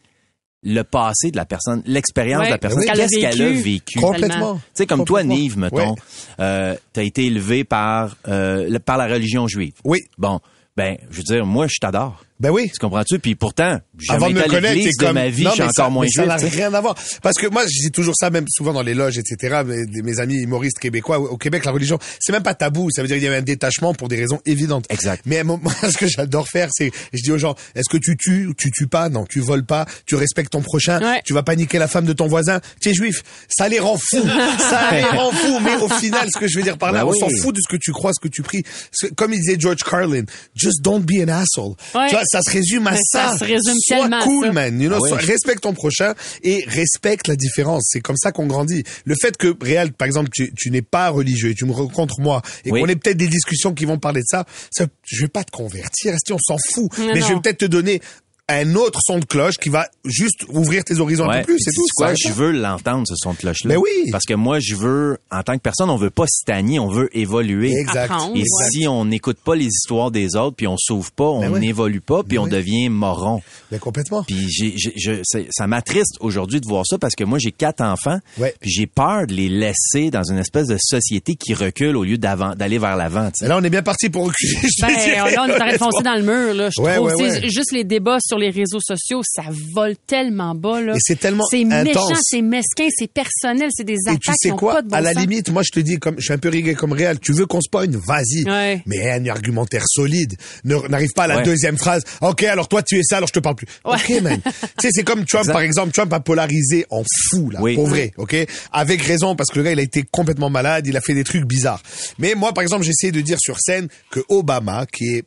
Speaker 5: le passé de la personne, l'expérience
Speaker 4: Ouais,
Speaker 5: de la personne,
Speaker 4: ce qu'elle a
Speaker 5: qu'est-ce qu'elle a
Speaker 4: vécu.
Speaker 5: vécu.
Speaker 6: Complètement.
Speaker 4: Tu
Speaker 5: Tu sais, comme toi,
Speaker 6: Complètement.
Speaker 5: Nive, mettons,
Speaker 6: Ouais.
Speaker 5: euh, t'as été élevé par, euh, le- par la religion juive.
Speaker 6: Oui.
Speaker 5: Bon, ben, je veux dire, moi, je t'adore.
Speaker 6: Ben oui.
Speaker 5: Tu comprends-tu? Puis pourtant, j'ai
Speaker 6: Avant
Speaker 5: jamais été
Speaker 6: de me
Speaker 5: à
Speaker 6: connaître,
Speaker 5: l'église
Speaker 6: c'est
Speaker 5: de
Speaker 6: comme
Speaker 5: ma vie,
Speaker 6: non,
Speaker 5: je suis
Speaker 6: mais ça-
Speaker 5: encore moins
Speaker 6: mais
Speaker 5: juif.
Speaker 6: Ça n'a
Speaker 5: tu sais.
Speaker 6: rien à voir. Parce que moi, je dis toujours ça, même souvent dans les loges, etc. Mes, mes amis humoristes québécois, au au Québec, la religion, c'est même pas tabou. Ça veut dire qu'il y avait un détachement pour des raisons évidentes.
Speaker 5: Exact.
Speaker 6: Mais à un moment, [laughs] ce que j'adore faire, c'est, je dis aux gens, est-ce que tu tues ou tu tues pas? Non, tu voles pas, tu respectes ton prochain,
Speaker 4: Ouais.
Speaker 6: tu vas pas niquer la femme de ton voisin, tu es juif. Ça les rend
Speaker 4: [laughs]
Speaker 6: fous. ça les rend fous. Mais au final, ce que je veux dire par là,
Speaker 5: Ben
Speaker 6: on
Speaker 5: oui.
Speaker 6: s'en fout de ce que tu crois, ce que tu pries. Ce- Comme il disait George Carlin, just don't be an asshole.
Speaker 4: Ouais.
Speaker 6: Tu vois, ça se résume à
Speaker 4: Mais ça
Speaker 6: ça.
Speaker 4: se résume
Speaker 6: Sois
Speaker 4: tellement à
Speaker 6: cool,
Speaker 4: ça.
Speaker 6: man. You know,
Speaker 5: Ah ouais.
Speaker 6: sois- respecte ton prochain et respecte la différence. C'est comme ça qu'on grandit. Le fait que, Réal, par exemple, tu, tu n'es pas religieux et tu me rencontres moi et
Speaker 5: Oui.
Speaker 6: qu'on ait peut-être des discussions qui vont parler de ça, ça je vais pas te convertir, si on s'en fout.
Speaker 4: Non,
Speaker 6: mais je vais
Speaker 4: non.
Speaker 6: peut-être te donner un autre son de cloche qui va juste ouvrir tes horizons un
Speaker 5: Ouais.
Speaker 6: peu plus,
Speaker 5: Puis
Speaker 6: c'est
Speaker 5: sais-tu
Speaker 6: tout.
Speaker 5: quoi?
Speaker 6: ça.
Speaker 5: Je veux l'entendre, ce son de cloche-là.
Speaker 6: Ben oui.
Speaker 5: Parce que moi, je veux, en tant que personne, on veut pas se tanner, on veut évoluer.
Speaker 6: Exact.
Speaker 4: Apprendre,
Speaker 5: Et
Speaker 4: ouais.
Speaker 5: si on n'écoute pas les histoires des autres, puis on s'ouvre pas, on
Speaker 6: Ben ouais.
Speaker 5: n'évolue pas, puis
Speaker 6: Ben
Speaker 5: on
Speaker 6: ouais.
Speaker 5: devient moron.
Speaker 6: Mais complètement.
Speaker 5: Puis j'ai, j'ai- je, c'est- ça m'attriste aujourd'hui de voir ça parce que moi j'ai quatre enfants.
Speaker 6: Ouais.
Speaker 5: Puis j'ai peur de les laisser dans une espèce de société qui recule au lieu d'avant, d'aller vers l'avant. tu sais.
Speaker 6: Mais là, on est bien parti pour reculer. je te
Speaker 5: [laughs]
Speaker 4: Ben,
Speaker 6: dirais.
Speaker 4: là, on est en train de foncer dans le mur, là, je
Speaker 6: Ouais,
Speaker 4: trouve.
Speaker 6: ouais,
Speaker 4: Tu sais,
Speaker 6: ouais.
Speaker 4: Juste les débats sur les réseaux sociaux, ça vole tellement bas. Là.
Speaker 6: Et c'est tellement
Speaker 4: C'est méchant,
Speaker 6: intense.
Speaker 4: c'est mesquin, c'est personnel, c'est des
Speaker 6: Et
Speaker 4: attaques
Speaker 6: tu sais
Speaker 4: qui ont
Speaker 6: quoi
Speaker 4: pas de bon
Speaker 6: À la
Speaker 4: sens.
Speaker 6: limite, moi je te dis, comme je suis un peu rigué comme réel, tu veux qu'on se pogne Vas-y.
Speaker 4: Ouais.
Speaker 6: Mais un argumentaire solide. Ne- N'arrive pas à la
Speaker 5: Ouais.
Speaker 6: deuxième phrase. Ok, alors toi tu es ça, alors je te parle plus. Ok,
Speaker 4: [laughs]
Speaker 6: man. tu sais, c'est comme Trump
Speaker 5: Exact.
Speaker 6: par exemple. Trump a polarisé en fou là,
Speaker 5: Oui.
Speaker 6: pour vrai. Ok, avec raison parce que le gars il a été complètement malade, il a fait des trucs bizarres. Mais moi par exemple, j'essayais de dire sur scène que Obama, qui est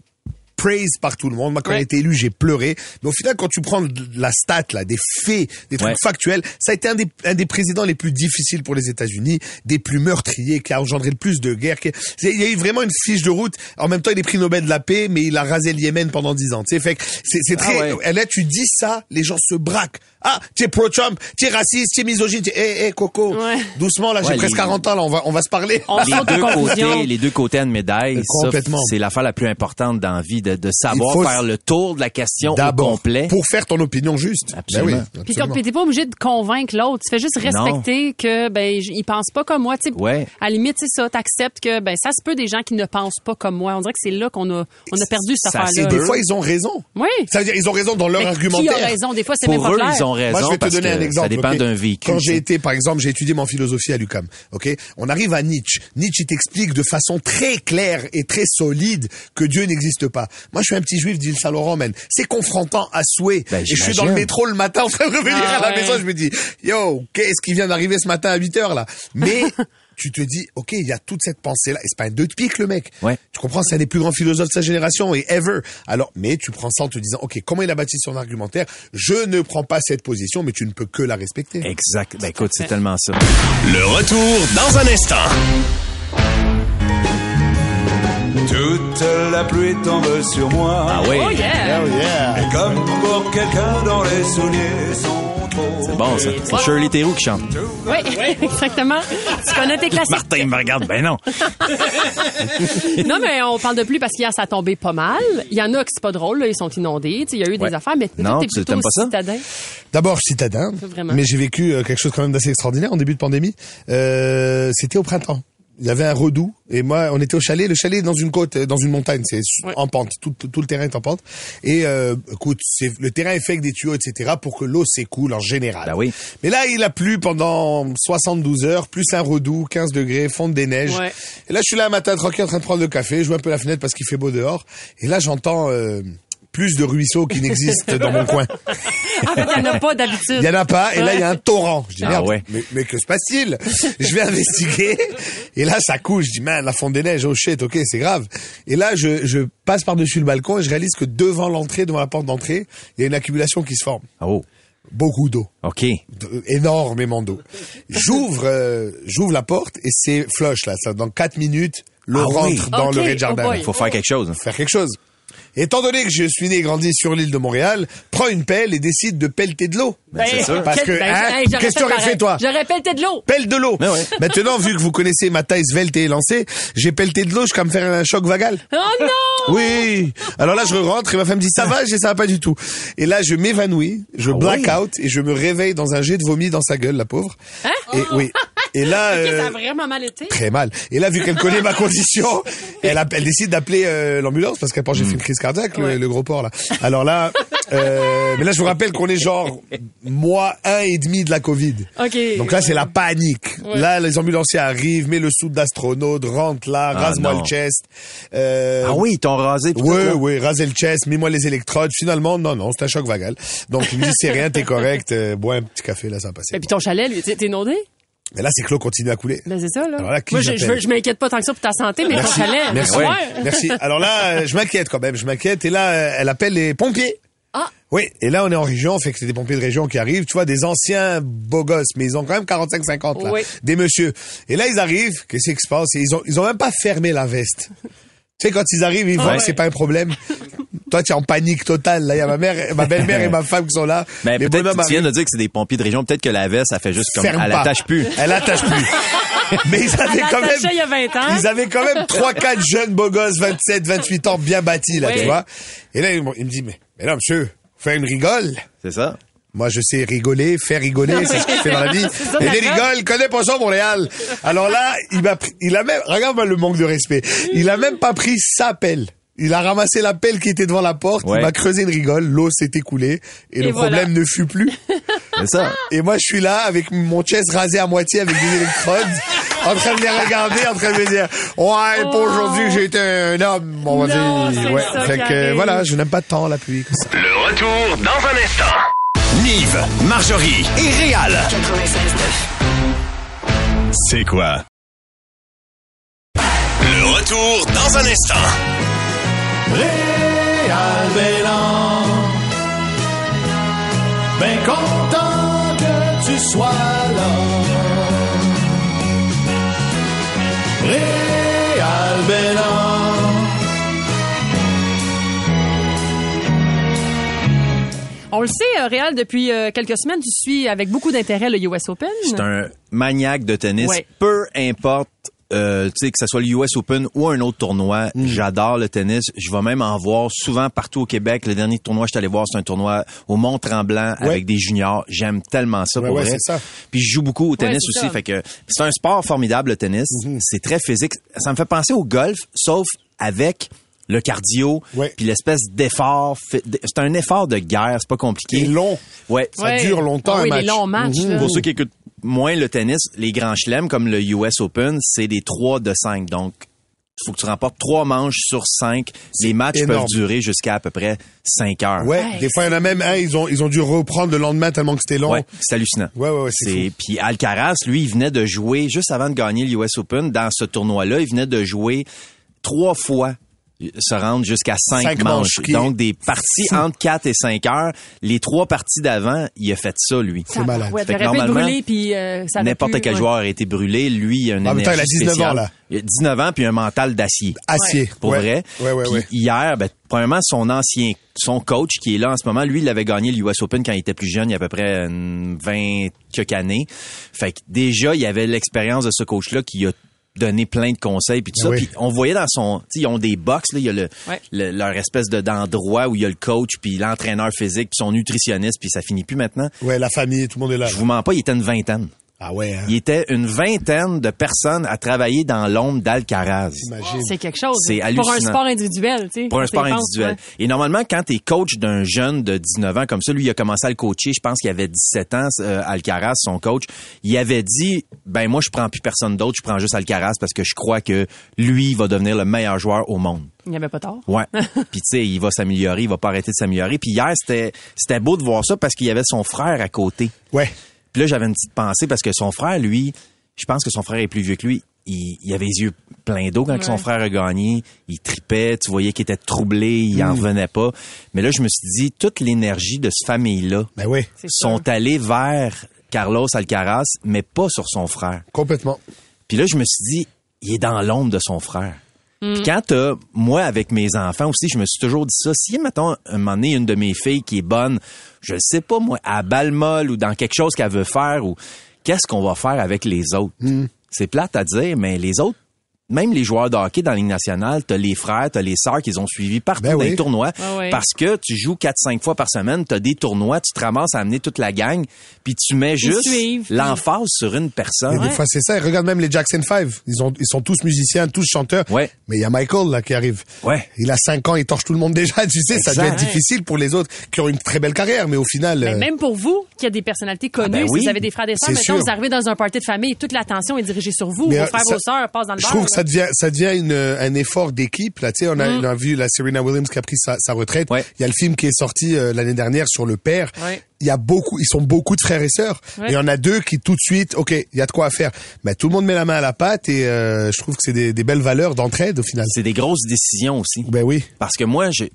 Speaker 6: praise par tout le monde. Moi, quand il a
Speaker 4: Ouais.
Speaker 6: été élu, j'ai pleuré. Mais au final, quand tu prends de la stat, là, des faits, des trucs
Speaker 5: Ouais.
Speaker 6: factuels, ça a été un des, un des présidents les plus difficiles pour les États-Unis, des plus meurtriers, qui a engendré le plus de guerres. qui- Il y a eu vraiment une fiche de route. En même temps, il est prix Nobel de la paix, mais il a rasé le Yémen pendant dix ans. Tu sais, fait que c'est c'est
Speaker 5: Ah
Speaker 6: très,
Speaker 5: ouais.
Speaker 6: là, tu dis ça, les gens se braquent. Ah, tu es pro-Trump, tu es raciste, tu es misogyne, tu es, Eh, eh, Coco.
Speaker 4: Ouais.
Speaker 6: Doucement, là, j'ai
Speaker 5: Ouais,
Speaker 6: presque
Speaker 5: les-
Speaker 6: 40 ans, là, on va, on va se parler.
Speaker 4: On
Speaker 5: les
Speaker 4: saute aux
Speaker 5: deux
Speaker 4: conclusions.
Speaker 5: côtés, les deux côtés à une médaille,
Speaker 6: Euh,
Speaker 5: ça,
Speaker 6: complètement.
Speaker 5: c'est l'affaire la plus importante dans la vie, de, de savoir
Speaker 6: faut-
Speaker 5: faire le tour de la question au
Speaker 6: D'abord,
Speaker 5: complet.
Speaker 6: pour faire ton opinion juste. Ben oui,
Speaker 5: Absolument.
Speaker 4: Puis comme-
Speaker 6: absolument.
Speaker 4: puis t'es pas obligé de convaincre l'autre, tu fais juste respecter que ben j- il pense pas comme moi, tu sais.
Speaker 5: Ouais.
Speaker 4: À la limite c'est ça, t'acceptes que ben ça se peut des gens qui ne pensent pas comme moi. On dirait que c'est là qu'on a on a perdu cette
Speaker 5: Ça,
Speaker 4: affaire
Speaker 5: c'est
Speaker 4: là.
Speaker 6: Des fois, ils ont raison.
Speaker 4: Oui.
Speaker 6: Ça veut dire ils ont raison dans leur
Speaker 4: Mais qui
Speaker 6: argumentaire.
Speaker 4: a raison des fois c'est même
Speaker 5: Pour
Speaker 4: pas
Speaker 5: eux,
Speaker 4: clair.
Speaker 5: ils ont raison
Speaker 6: Moi, je vais te
Speaker 5: parce
Speaker 6: donner
Speaker 5: que
Speaker 6: un exemple.
Speaker 5: ça dépend
Speaker 6: ok?
Speaker 5: d'un véhicule.
Speaker 6: Quand j'ai
Speaker 5: ça.
Speaker 6: été, par exemple, j'ai étudié mon philosophie à l'UCAM. Ok, on arrive à Nietzsche. Nietzsche il t'explique de façon très claire et très solide que Dieu n'existe pas. Moi, je suis un petit juif d'Île Saint-Laurent, man. C'est confrontant à souhait.
Speaker 5: Ben,
Speaker 6: et je suis
Speaker 5: j'imagine.
Speaker 6: dans le métro le matin en train de revenir
Speaker 4: Ah,
Speaker 6: à la
Speaker 4: ouais.
Speaker 6: maison. Je me dis, yo, qu'est-ce qui vient d'arriver ce matin à 8 heures là
Speaker 4: [laughs]
Speaker 6: Mais tu te dis, ok, il y a toute cette pensée là. Et c'est pas un deux de pique le mec.
Speaker 5: Ouais.
Speaker 6: Tu comprends, c'est un des plus grands philosophes de sa génération et ever. Alors, mais tu prends ça en te disant, ok, comment il a bâti son argumentaire Je ne prends pas cette position, mais tu ne peux que la respecter.
Speaker 5: Exact. Ben, écoute, c'est tellement ça.
Speaker 2: Le retour dans un instant.
Speaker 3: Toute la pluie tombe sur moi.
Speaker 5: Ah oui.
Speaker 4: Oh yeah.
Speaker 3: Et comme pour quelqu'un dont les souliers sont trop.
Speaker 5: C'est bon, ça. C'est Shirley Theroux qui
Speaker 4: [laughs]
Speaker 5: chante.
Speaker 4: Oui, exactement. Tu connais tes classiques.
Speaker 5: Martin il me regarde. Ben non.
Speaker 4: Non, mais on parle de pluie parce qu'hier, ça a tombé pas mal. Il y en a qui c'est pas drôle, là, ils sont inondés. Tu sais, Il y a eu
Speaker 5: Ouais.
Speaker 4: des affaires, mais
Speaker 5: Non,
Speaker 4: toi, t'es
Speaker 5: tu-
Speaker 4: plutôt
Speaker 5: t'aimes pas ça?
Speaker 4: citadin.
Speaker 6: D'abord citadin,
Speaker 4: Vraiment.
Speaker 6: mais j'ai vécu euh, quelque chose quand même d'assez extraordinaire en début de pandémie. Euh, C'était au printemps. Il y avait un redout et moi, on était au chalet. Le chalet est dans une côte, euh, dans une montagne, c'est su-
Speaker 4: Ouais.
Speaker 6: en pente. Tout, tout, tout le terrain est en pente. Et euh, écoute, c'est- le terrain est fait avec des tuyaux, etc., pour que l'eau s'écoule en général.
Speaker 5: Ben oui.
Speaker 6: Mais là, il a plu pendant 72 heures, plus un redout, 15 degrés, fonte des neiges.
Speaker 4: Ouais.
Speaker 6: Et là, je suis là un matin tranquille en train de prendre le café, je vois un peu la fenêtre parce qu'il fait beau dehors. Et là, j'entends euh, plus de ruisseaux qui n'existent dans mon
Speaker 4: [laughs]
Speaker 6: coin.
Speaker 4: Ah, fait, il y en a pas
Speaker 6: Il y
Speaker 4: d'habitude.
Speaker 6: en a pas, et là, il y a un torrent. Je dis,
Speaker 5: Ah
Speaker 6: merde,
Speaker 5: ouais.
Speaker 6: mais, mais que se passe-t-il? Je vais [laughs] investiguer. Et là, ça coule. Je dis, man, la fonte des neiges, oh shit, ok, c'est grave. Et là, je, je passe par-dessus le balcon et je réalise que devant l'entrée, devant la porte d'entrée, il y a une accumulation qui se forme.
Speaker 5: Oh,
Speaker 6: Beaucoup d'eau.
Speaker 5: OK.
Speaker 6: De- énormément d'eau. J'ouvre, euh, j'ouvre la porte et c'est flush, là. Ça, dans quatre minutes, l'eau
Speaker 5: Ah oui.
Speaker 6: rentre dans
Speaker 4: Ok,
Speaker 6: le rez-de-jardin.
Speaker 4: oh
Speaker 6: là.
Speaker 4: boy.
Speaker 5: Faut faire quelque chose.
Speaker 6: Faut faire quelque chose. Étant donné que je suis né et grandi sur l'île de Montréal, prends une pelle et décide de pelleter de l'eau.
Speaker 5: Ben, c'est sûr.
Speaker 6: Parce que,
Speaker 4: Ben,
Speaker 6: hein,
Speaker 4: hey, j'aurais
Speaker 6: qu'est-ce que t'aurais
Speaker 4: pareil.
Speaker 6: fait, toi?
Speaker 4: J'aurais pelleté de l'eau.
Speaker 6: pelle de l'eau.
Speaker 5: Mais ouais.
Speaker 6: [laughs] Maintenant, vu que vous connaissez ma taille svelte et élancée, j'ai pelleté de l'eau jusqu'à me faire un choc vagal.
Speaker 4: Oh non!
Speaker 6: Oui. Alors là, je rentre et ma femme me dit ça va, j'ai ça va pas du tout. Et là, je m'évanouis, je
Speaker 5: Ah
Speaker 6: black out et je me réveille dans un jet de vomi dans sa gueule, la pauvre.
Speaker 4: Hein?
Speaker 6: et oui. Et là,
Speaker 4: [laughs] Ok,
Speaker 6: euh,
Speaker 4: ça a vraiment mal été.
Speaker 6: très mal. Et là, vu qu'elle
Speaker 4: [laughs]
Speaker 6: connaît ma condition, elle, appelle- elle décide d'appeler euh, l'ambulance parce qu'elle pense que
Speaker 5: Hmm.
Speaker 6: j'ai fait une crise cardiaque, le,
Speaker 4: Ouais.
Speaker 6: le gros porc là. Alors là, euh, mais là, je vous rappelle qu'on est genre mois un et demi de la Covid.
Speaker 4: OK.
Speaker 6: Donc là, c'est la panique.
Speaker 4: Ouais.
Speaker 6: Là, les ambulanciers arrivent, mets le soude d'astronaute, rentre là,
Speaker 5: Ah,
Speaker 6: rase-moi
Speaker 5: non.
Speaker 6: le chest. Euh,
Speaker 5: Ah oui, ils t'ont rasé. puis
Speaker 6: oui,
Speaker 5: tout ça.
Speaker 6: oui, raser le chest, mets-moi les électrodes. Finalement, non, non, c'est un choc vagal. Donc, il me dit, c'est rien, t'es correct, euh, bois un petit café, là, ça va passer.
Speaker 4: Et puis ton chalet, lui, t'es t'es inondé?
Speaker 6: Mais là, c'est que l'eau continue à couler.
Speaker 4: Ben, c'est ça, là.
Speaker 5: Ah,
Speaker 6: Alors là, qui
Speaker 4: Moi, je, je,
Speaker 6: j'appelle
Speaker 4: je m'inquiète pas tant que ça pour ta santé, mais ton chalet.
Speaker 6: Merci.
Speaker 4: Ouais.
Speaker 6: Merci. Alors là, euh, je m'inquiète quand même, je m'inquiète. Et là, euh, elle appelle les pompiers.
Speaker 4: Ah.
Speaker 6: Oui, et là on est en région, fait que c'est des pompiers de région qui arrivent, tu vois, des anciens beaux gosses, mais ils ont quand même 45-50 là,
Speaker 4: Oui.
Speaker 6: des messieurs. Et là ils arrivent, qu'est-ce qui se passe Et Ils ont, ils ont même pas fermé la veste. tu sais, quand ils arrivent,
Speaker 4: Ah
Speaker 6: ils voient
Speaker 5: Ouais.
Speaker 6: que c'est pas un problème.
Speaker 4: [laughs]
Speaker 6: Toi, tu es en panique totale. Là, il y a ma mère, ma belle-mère et ma femme qui sont là.
Speaker 5: Mais
Speaker 6: Les
Speaker 5: Ben, peut-être
Speaker 6: bonhommes
Speaker 5: que tu viens
Speaker 6: arrivent,
Speaker 5: de dire que c'est des pompiers de région. Peut-être que la veste, ça fait juste comme.
Speaker 6: ferment
Speaker 5: Elle
Speaker 6: pas.
Speaker 5: attache plus.
Speaker 6: Elle
Speaker 4: [laughs]
Speaker 6: attache plus. mais ils avaient
Speaker 4: Elle
Speaker 6: quand même.
Speaker 4: attachait il y a 20 ans.
Speaker 6: Ils avaient quand même
Speaker 4: [laughs]
Speaker 6: trois, quatre jeunes beaux gosses, 27, 28 ans, bien bâtis, là,
Speaker 4: Oui.
Speaker 6: tu vois. Et là, il me il me dit, mais, mais là, monsieur, fais une rigole.
Speaker 5: C'est ça?
Speaker 6: Moi, je sais rigoler, faire rigoler, c'est ce qu'il fait dans la vie.
Speaker 4: [laughs] C'est ça,
Speaker 6: Et les
Speaker 4: d'accord.
Speaker 6: rigoles, connais pas ça, Montréal. Alors là, il m'a pris, il a même, regarde-moi le manque de respect. Il a même pas pris sa pelle. Il a ramassé la pelle qui était devant la porte,
Speaker 5: Ouais.
Speaker 6: il m'a creusé une rigole, l'eau s'est écoulée et, le
Speaker 4: Et voilà.
Speaker 6: problème ne fut plus.
Speaker 5: C'est ça.
Speaker 6: Et moi, je suis là avec mon chest rasé à moitié avec des électrodes, en train de les regarder, en train de me dire ouais pour
Speaker 4: Oh.
Speaker 6: aujourd'hui j'ai été un homme. Bon, vas-y.
Speaker 4: Non, c'est
Speaker 6: ouais.
Speaker 4: ça
Speaker 6: fait
Speaker 4: qui
Speaker 6: que
Speaker 4: arrive.
Speaker 6: voilà, je n'aime pas tant la pluie.
Speaker 2: Le retour dans un instant. Nive, Marjorie et Réal. C'est quoi? Le retour dans un instant.
Speaker 3: Réal Bélan. Ben content que tu sois là. Réal Bélan.
Speaker 4: On le sait, euh, Réal, depuis euh, quelques semaines, tu suis avec beaucoup d'intérêt le US Open.
Speaker 5: C'est un maniaque de tennis.
Speaker 4: Ouais.
Speaker 5: Peu importe, euh, tu sais, que ce soit le US Open ou un autre tournoi,
Speaker 6: Mm.
Speaker 5: j'adore le tennis. Je vais même en voir souvent partout au Québec. Le dernier tournoi que je suis allé voir, c'est un tournoi au Mont-Tremblant
Speaker 6: Ouais.
Speaker 5: avec des juniors. J'aime tellement ça
Speaker 6: Ouais,
Speaker 5: pour
Speaker 6: ouais,
Speaker 5: vrai.
Speaker 6: c'est ça.
Speaker 5: Puis je joue beaucoup au tennis
Speaker 4: c'est
Speaker 5: aussi.
Speaker 4: ça.
Speaker 5: Fait que c'est un sport formidable, le tennis.
Speaker 6: Mm-hmm.
Speaker 5: C'est très physique. Ça me fait penser au golf, sauf avec le cardio,
Speaker 6: Ouais.
Speaker 5: puis l'espèce d'effort. fi- C'est un effort de guerre, c'est pas compliqué.
Speaker 6: Et long.
Speaker 5: Ouais.
Speaker 6: Ça dure longtemps,
Speaker 4: Ah oui,
Speaker 6: un
Speaker 4: les
Speaker 6: match.
Speaker 4: longs matchs.
Speaker 6: Mmh.
Speaker 4: là.
Speaker 5: Mhm. Pour ceux qui écoutent moins le tennis, les grands chelems comme le US Open, c'est des 3 de 5. Donc, il faut que tu remportes 3 manches sur 5. Les matchs
Speaker 6: énorme.
Speaker 5: peuvent durer jusqu'à à peu près 5 heures.
Speaker 6: Ouais,
Speaker 4: Ouais.
Speaker 6: des fois il y en a même un, ils ont ils ont dû reprendre le lendemain tellement que c'était long.
Speaker 5: Ouais, c'est hallucinant.
Speaker 6: Ouais, ouais, ouais, c'est
Speaker 5: Puis Alcaraz, lui, il venait de jouer, juste avant de gagner le US Open, dans ce tournoi-là, il venait de jouer trois fois se rendre jusqu'à cinq,
Speaker 6: Cinq manches,
Speaker 5: manches.
Speaker 6: qui-
Speaker 5: Donc, des parties
Speaker 6: Fou.
Speaker 5: entre 4 et 5 heures. Les trois parties d'avant, il a fait ça, lui.
Speaker 4: Ça-
Speaker 6: malade.
Speaker 4: Ouais,
Speaker 5: Fait que
Speaker 4: t'aurais pu être
Speaker 5: normalement,
Speaker 4: brûlé, puis euh, ça aurait
Speaker 5: N'importe
Speaker 4: pu,
Speaker 5: quel
Speaker 4: ouais.
Speaker 5: joueur a été brûlé. Lui, il a une
Speaker 6: En même temps, il a
Speaker 5: énergie
Speaker 6: 19 ans,
Speaker 5: spéciale.
Speaker 6: là.
Speaker 5: Il a 19 ans, puis un mental d'acier.
Speaker 6: Acier.
Speaker 5: Pour
Speaker 6: Ouais.
Speaker 5: vrai.
Speaker 6: Ouais, ouais,
Speaker 5: Puis
Speaker 6: ouais.
Speaker 5: Hier, ben, premièrement, son ancien, son coach qui est là en ce moment, lui, il avait gagné l'US Open quand il était plus jeune, il y a à peu près une 20 quelques années. Fait que déjà, il y avait l'expérience de ce coach-là qui a donné plein de conseils puis tout ça
Speaker 6: Ah oui.
Speaker 5: Puis on voyait dans son tu sais, ils ont des box là il y a le,
Speaker 4: Ouais.
Speaker 5: le- leur espèce de d'endroit où il y a le coach puis l'entraîneur physique puis son nutritionniste puis ça finit plus maintenant
Speaker 6: Ouais, la famille, tout le monde est là.
Speaker 5: je vous mens pas il était une vingtaine
Speaker 6: Ah ouais. hein.
Speaker 5: il était une vingtaine de personnes à travailler dans l'ombre d'Alcaraz.
Speaker 6: Imagine.
Speaker 4: C'est quelque chose. hein.
Speaker 5: C'est
Speaker 4: Pour un
Speaker 5: hallucinant.
Speaker 4: sport individuel, tu sais.
Speaker 5: Pour un
Speaker 4: quand
Speaker 5: sport
Speaker 4: tu y penses,
Speaker 5: individuel.
Speaker 4: ouais.
Speaker 5: Et normalement, quand tu es coach d'un jeune de 19 ans comme ça, lui, il a commencé à le coacher, je pense qu'il avait 17 ans, euh, Alcaraz, son coach, il avait dit, ben moi, je prends plus personne d'autre, je prends juste Alcaraz parce que je crois que lui il va devenir le meilleur joueur au monde.
Speaker 4: euh, Il n'y avait pas tort.
Speaker 5: Ouais. Puis tu sais, il va s'améliorer, il va pas arrêter de s'améliorer. Puis hier, c'était c'était beau de voir ça parce qu'il y avait son frère à côté.
Speaker 6: Ouais.
Speaker 5: Puis là, j'avais une petite pensée parce que son frère, lui, je pense que son frère est plus vieux que lui. Il, il avait les yeux pleins d'eau quand
Speaker 4: Ouais.
Speaker 5: son frère a gagné. Il tripait, tu voyais qu'il était troublé, il
Speaker 4: Hmm.
Speaker 5: en revenait pas. Mais là, je me suis dit, toute l'énergie de cette famille-là
Speaker 6: Ben ouais,
Speaker 4: C'est
Speaker 5: sont allées vers Carlos Alcaraz, mais pas sur son frère.
Speaker 6: complètement.
Speaker 5: Puis là, je me suis dit, il est dans l'ombre de son frère.
Speaker 4: Hmm.
Speaker 5: Puis quand t'as, moi, avec mes enfants aussi, je me suis toujours dit ça. Si, mettons, un moment donné, une de mes filles qui est bonne, je sais pas, moi, à balle molle ou dans quelque chose qu'elle veut faire ou qu'est-ce qu'on va faire avec les autres?
Speaker 6: Hmm.
Speaker 5: C'est plate à dire, mais les autres, même les joueurs de hockey dans la Ligue nationale, t'as les frères, t'as les sœurs qu'ils ont suivi partout
Speaker 6: Ben
Speaker 5: dans
Speaker 6: oui.
Speaker 5: les tournois.
Speaker 4: Ah oui.
Speaker 5: Parce que tu joues 4-5 fois par semaine, t'as des tournois, tu te ramasses à amener toute la gang, puis tu mets juste
Speaker 4: suivent.
Speaker 5: l'emphase sur une personne.
Speaker 6: Mais des fois, c'est ça. Et Regarde même les Jackson 5. Ils, ont, ils sont tous musiciens, tous chanteurs.
Speaker 5: Ouais.
Speaker 6: Mais il y a Michael, là, qui arrive.
Speaker 5: Ouais.
Speaker 6: Il a 5 ans, il torche tout le monde déjà. [laughs] Tu sais, ça
Speaker 5: Exact.
Speaker 6: doit être
Speaker 4: Ouais.
Speaker 6: difficile pour les autres qui ont une très belle carrière, mais au final.
Speaker 4: Mais
Speaker 6: euh,
Speaker 4: même pour vous, qui a des personnalités connues,
Speaker 5: Ah ben oui.
Speaker 4: si vous avez des frères et sœurs,
Speaker 6: C'est
Speaker 4: maintenant,
Speaker 6: sûr.
Speaker 4: vous arrivez dans un party de famille, toute l'attention est dirigée sur vous.
Speaker 6: Mais,
Speaker 4: vos
Speaker 6: euh,
Speaker 4: frères,
Speaker 6: ça-
Speaker 4: vos sœurs passent dans le
Speaker 6: Je
Speaker 4: bar,
Speaker 6: trouve que
Speaker 4: là.
Speaker 6: ça devient, ça devient une, euh, un effort d'équipe. Là, tu sais, on
Speaker 4: Mm.
Speaker 6: a, on a vu la Serena Williams qui a pris sa, sa retraite. Il
Speaker 5: Ouais.
Speaker 6: y a le film qui est sorti euh, l'année dernière sur le père. Il
Speaker 4: Ouais.
Speaker 6: y a beaucoup, ils sont beaucoup de frères et sœurs.
Speaker 4: Ouais.
Speaker 6: Et il y en a deux qui tout de suite, ok, il y a de quoi à faire. Mais tout le monde met la main à la pâte et euh, je trouve que c'est des, des belles valeurs d'entraide au final.
Speaker 5: C'est des grosses décisions aussi.
Speaker 6: Ben oui.
Speaker 5: Parce que moi, je,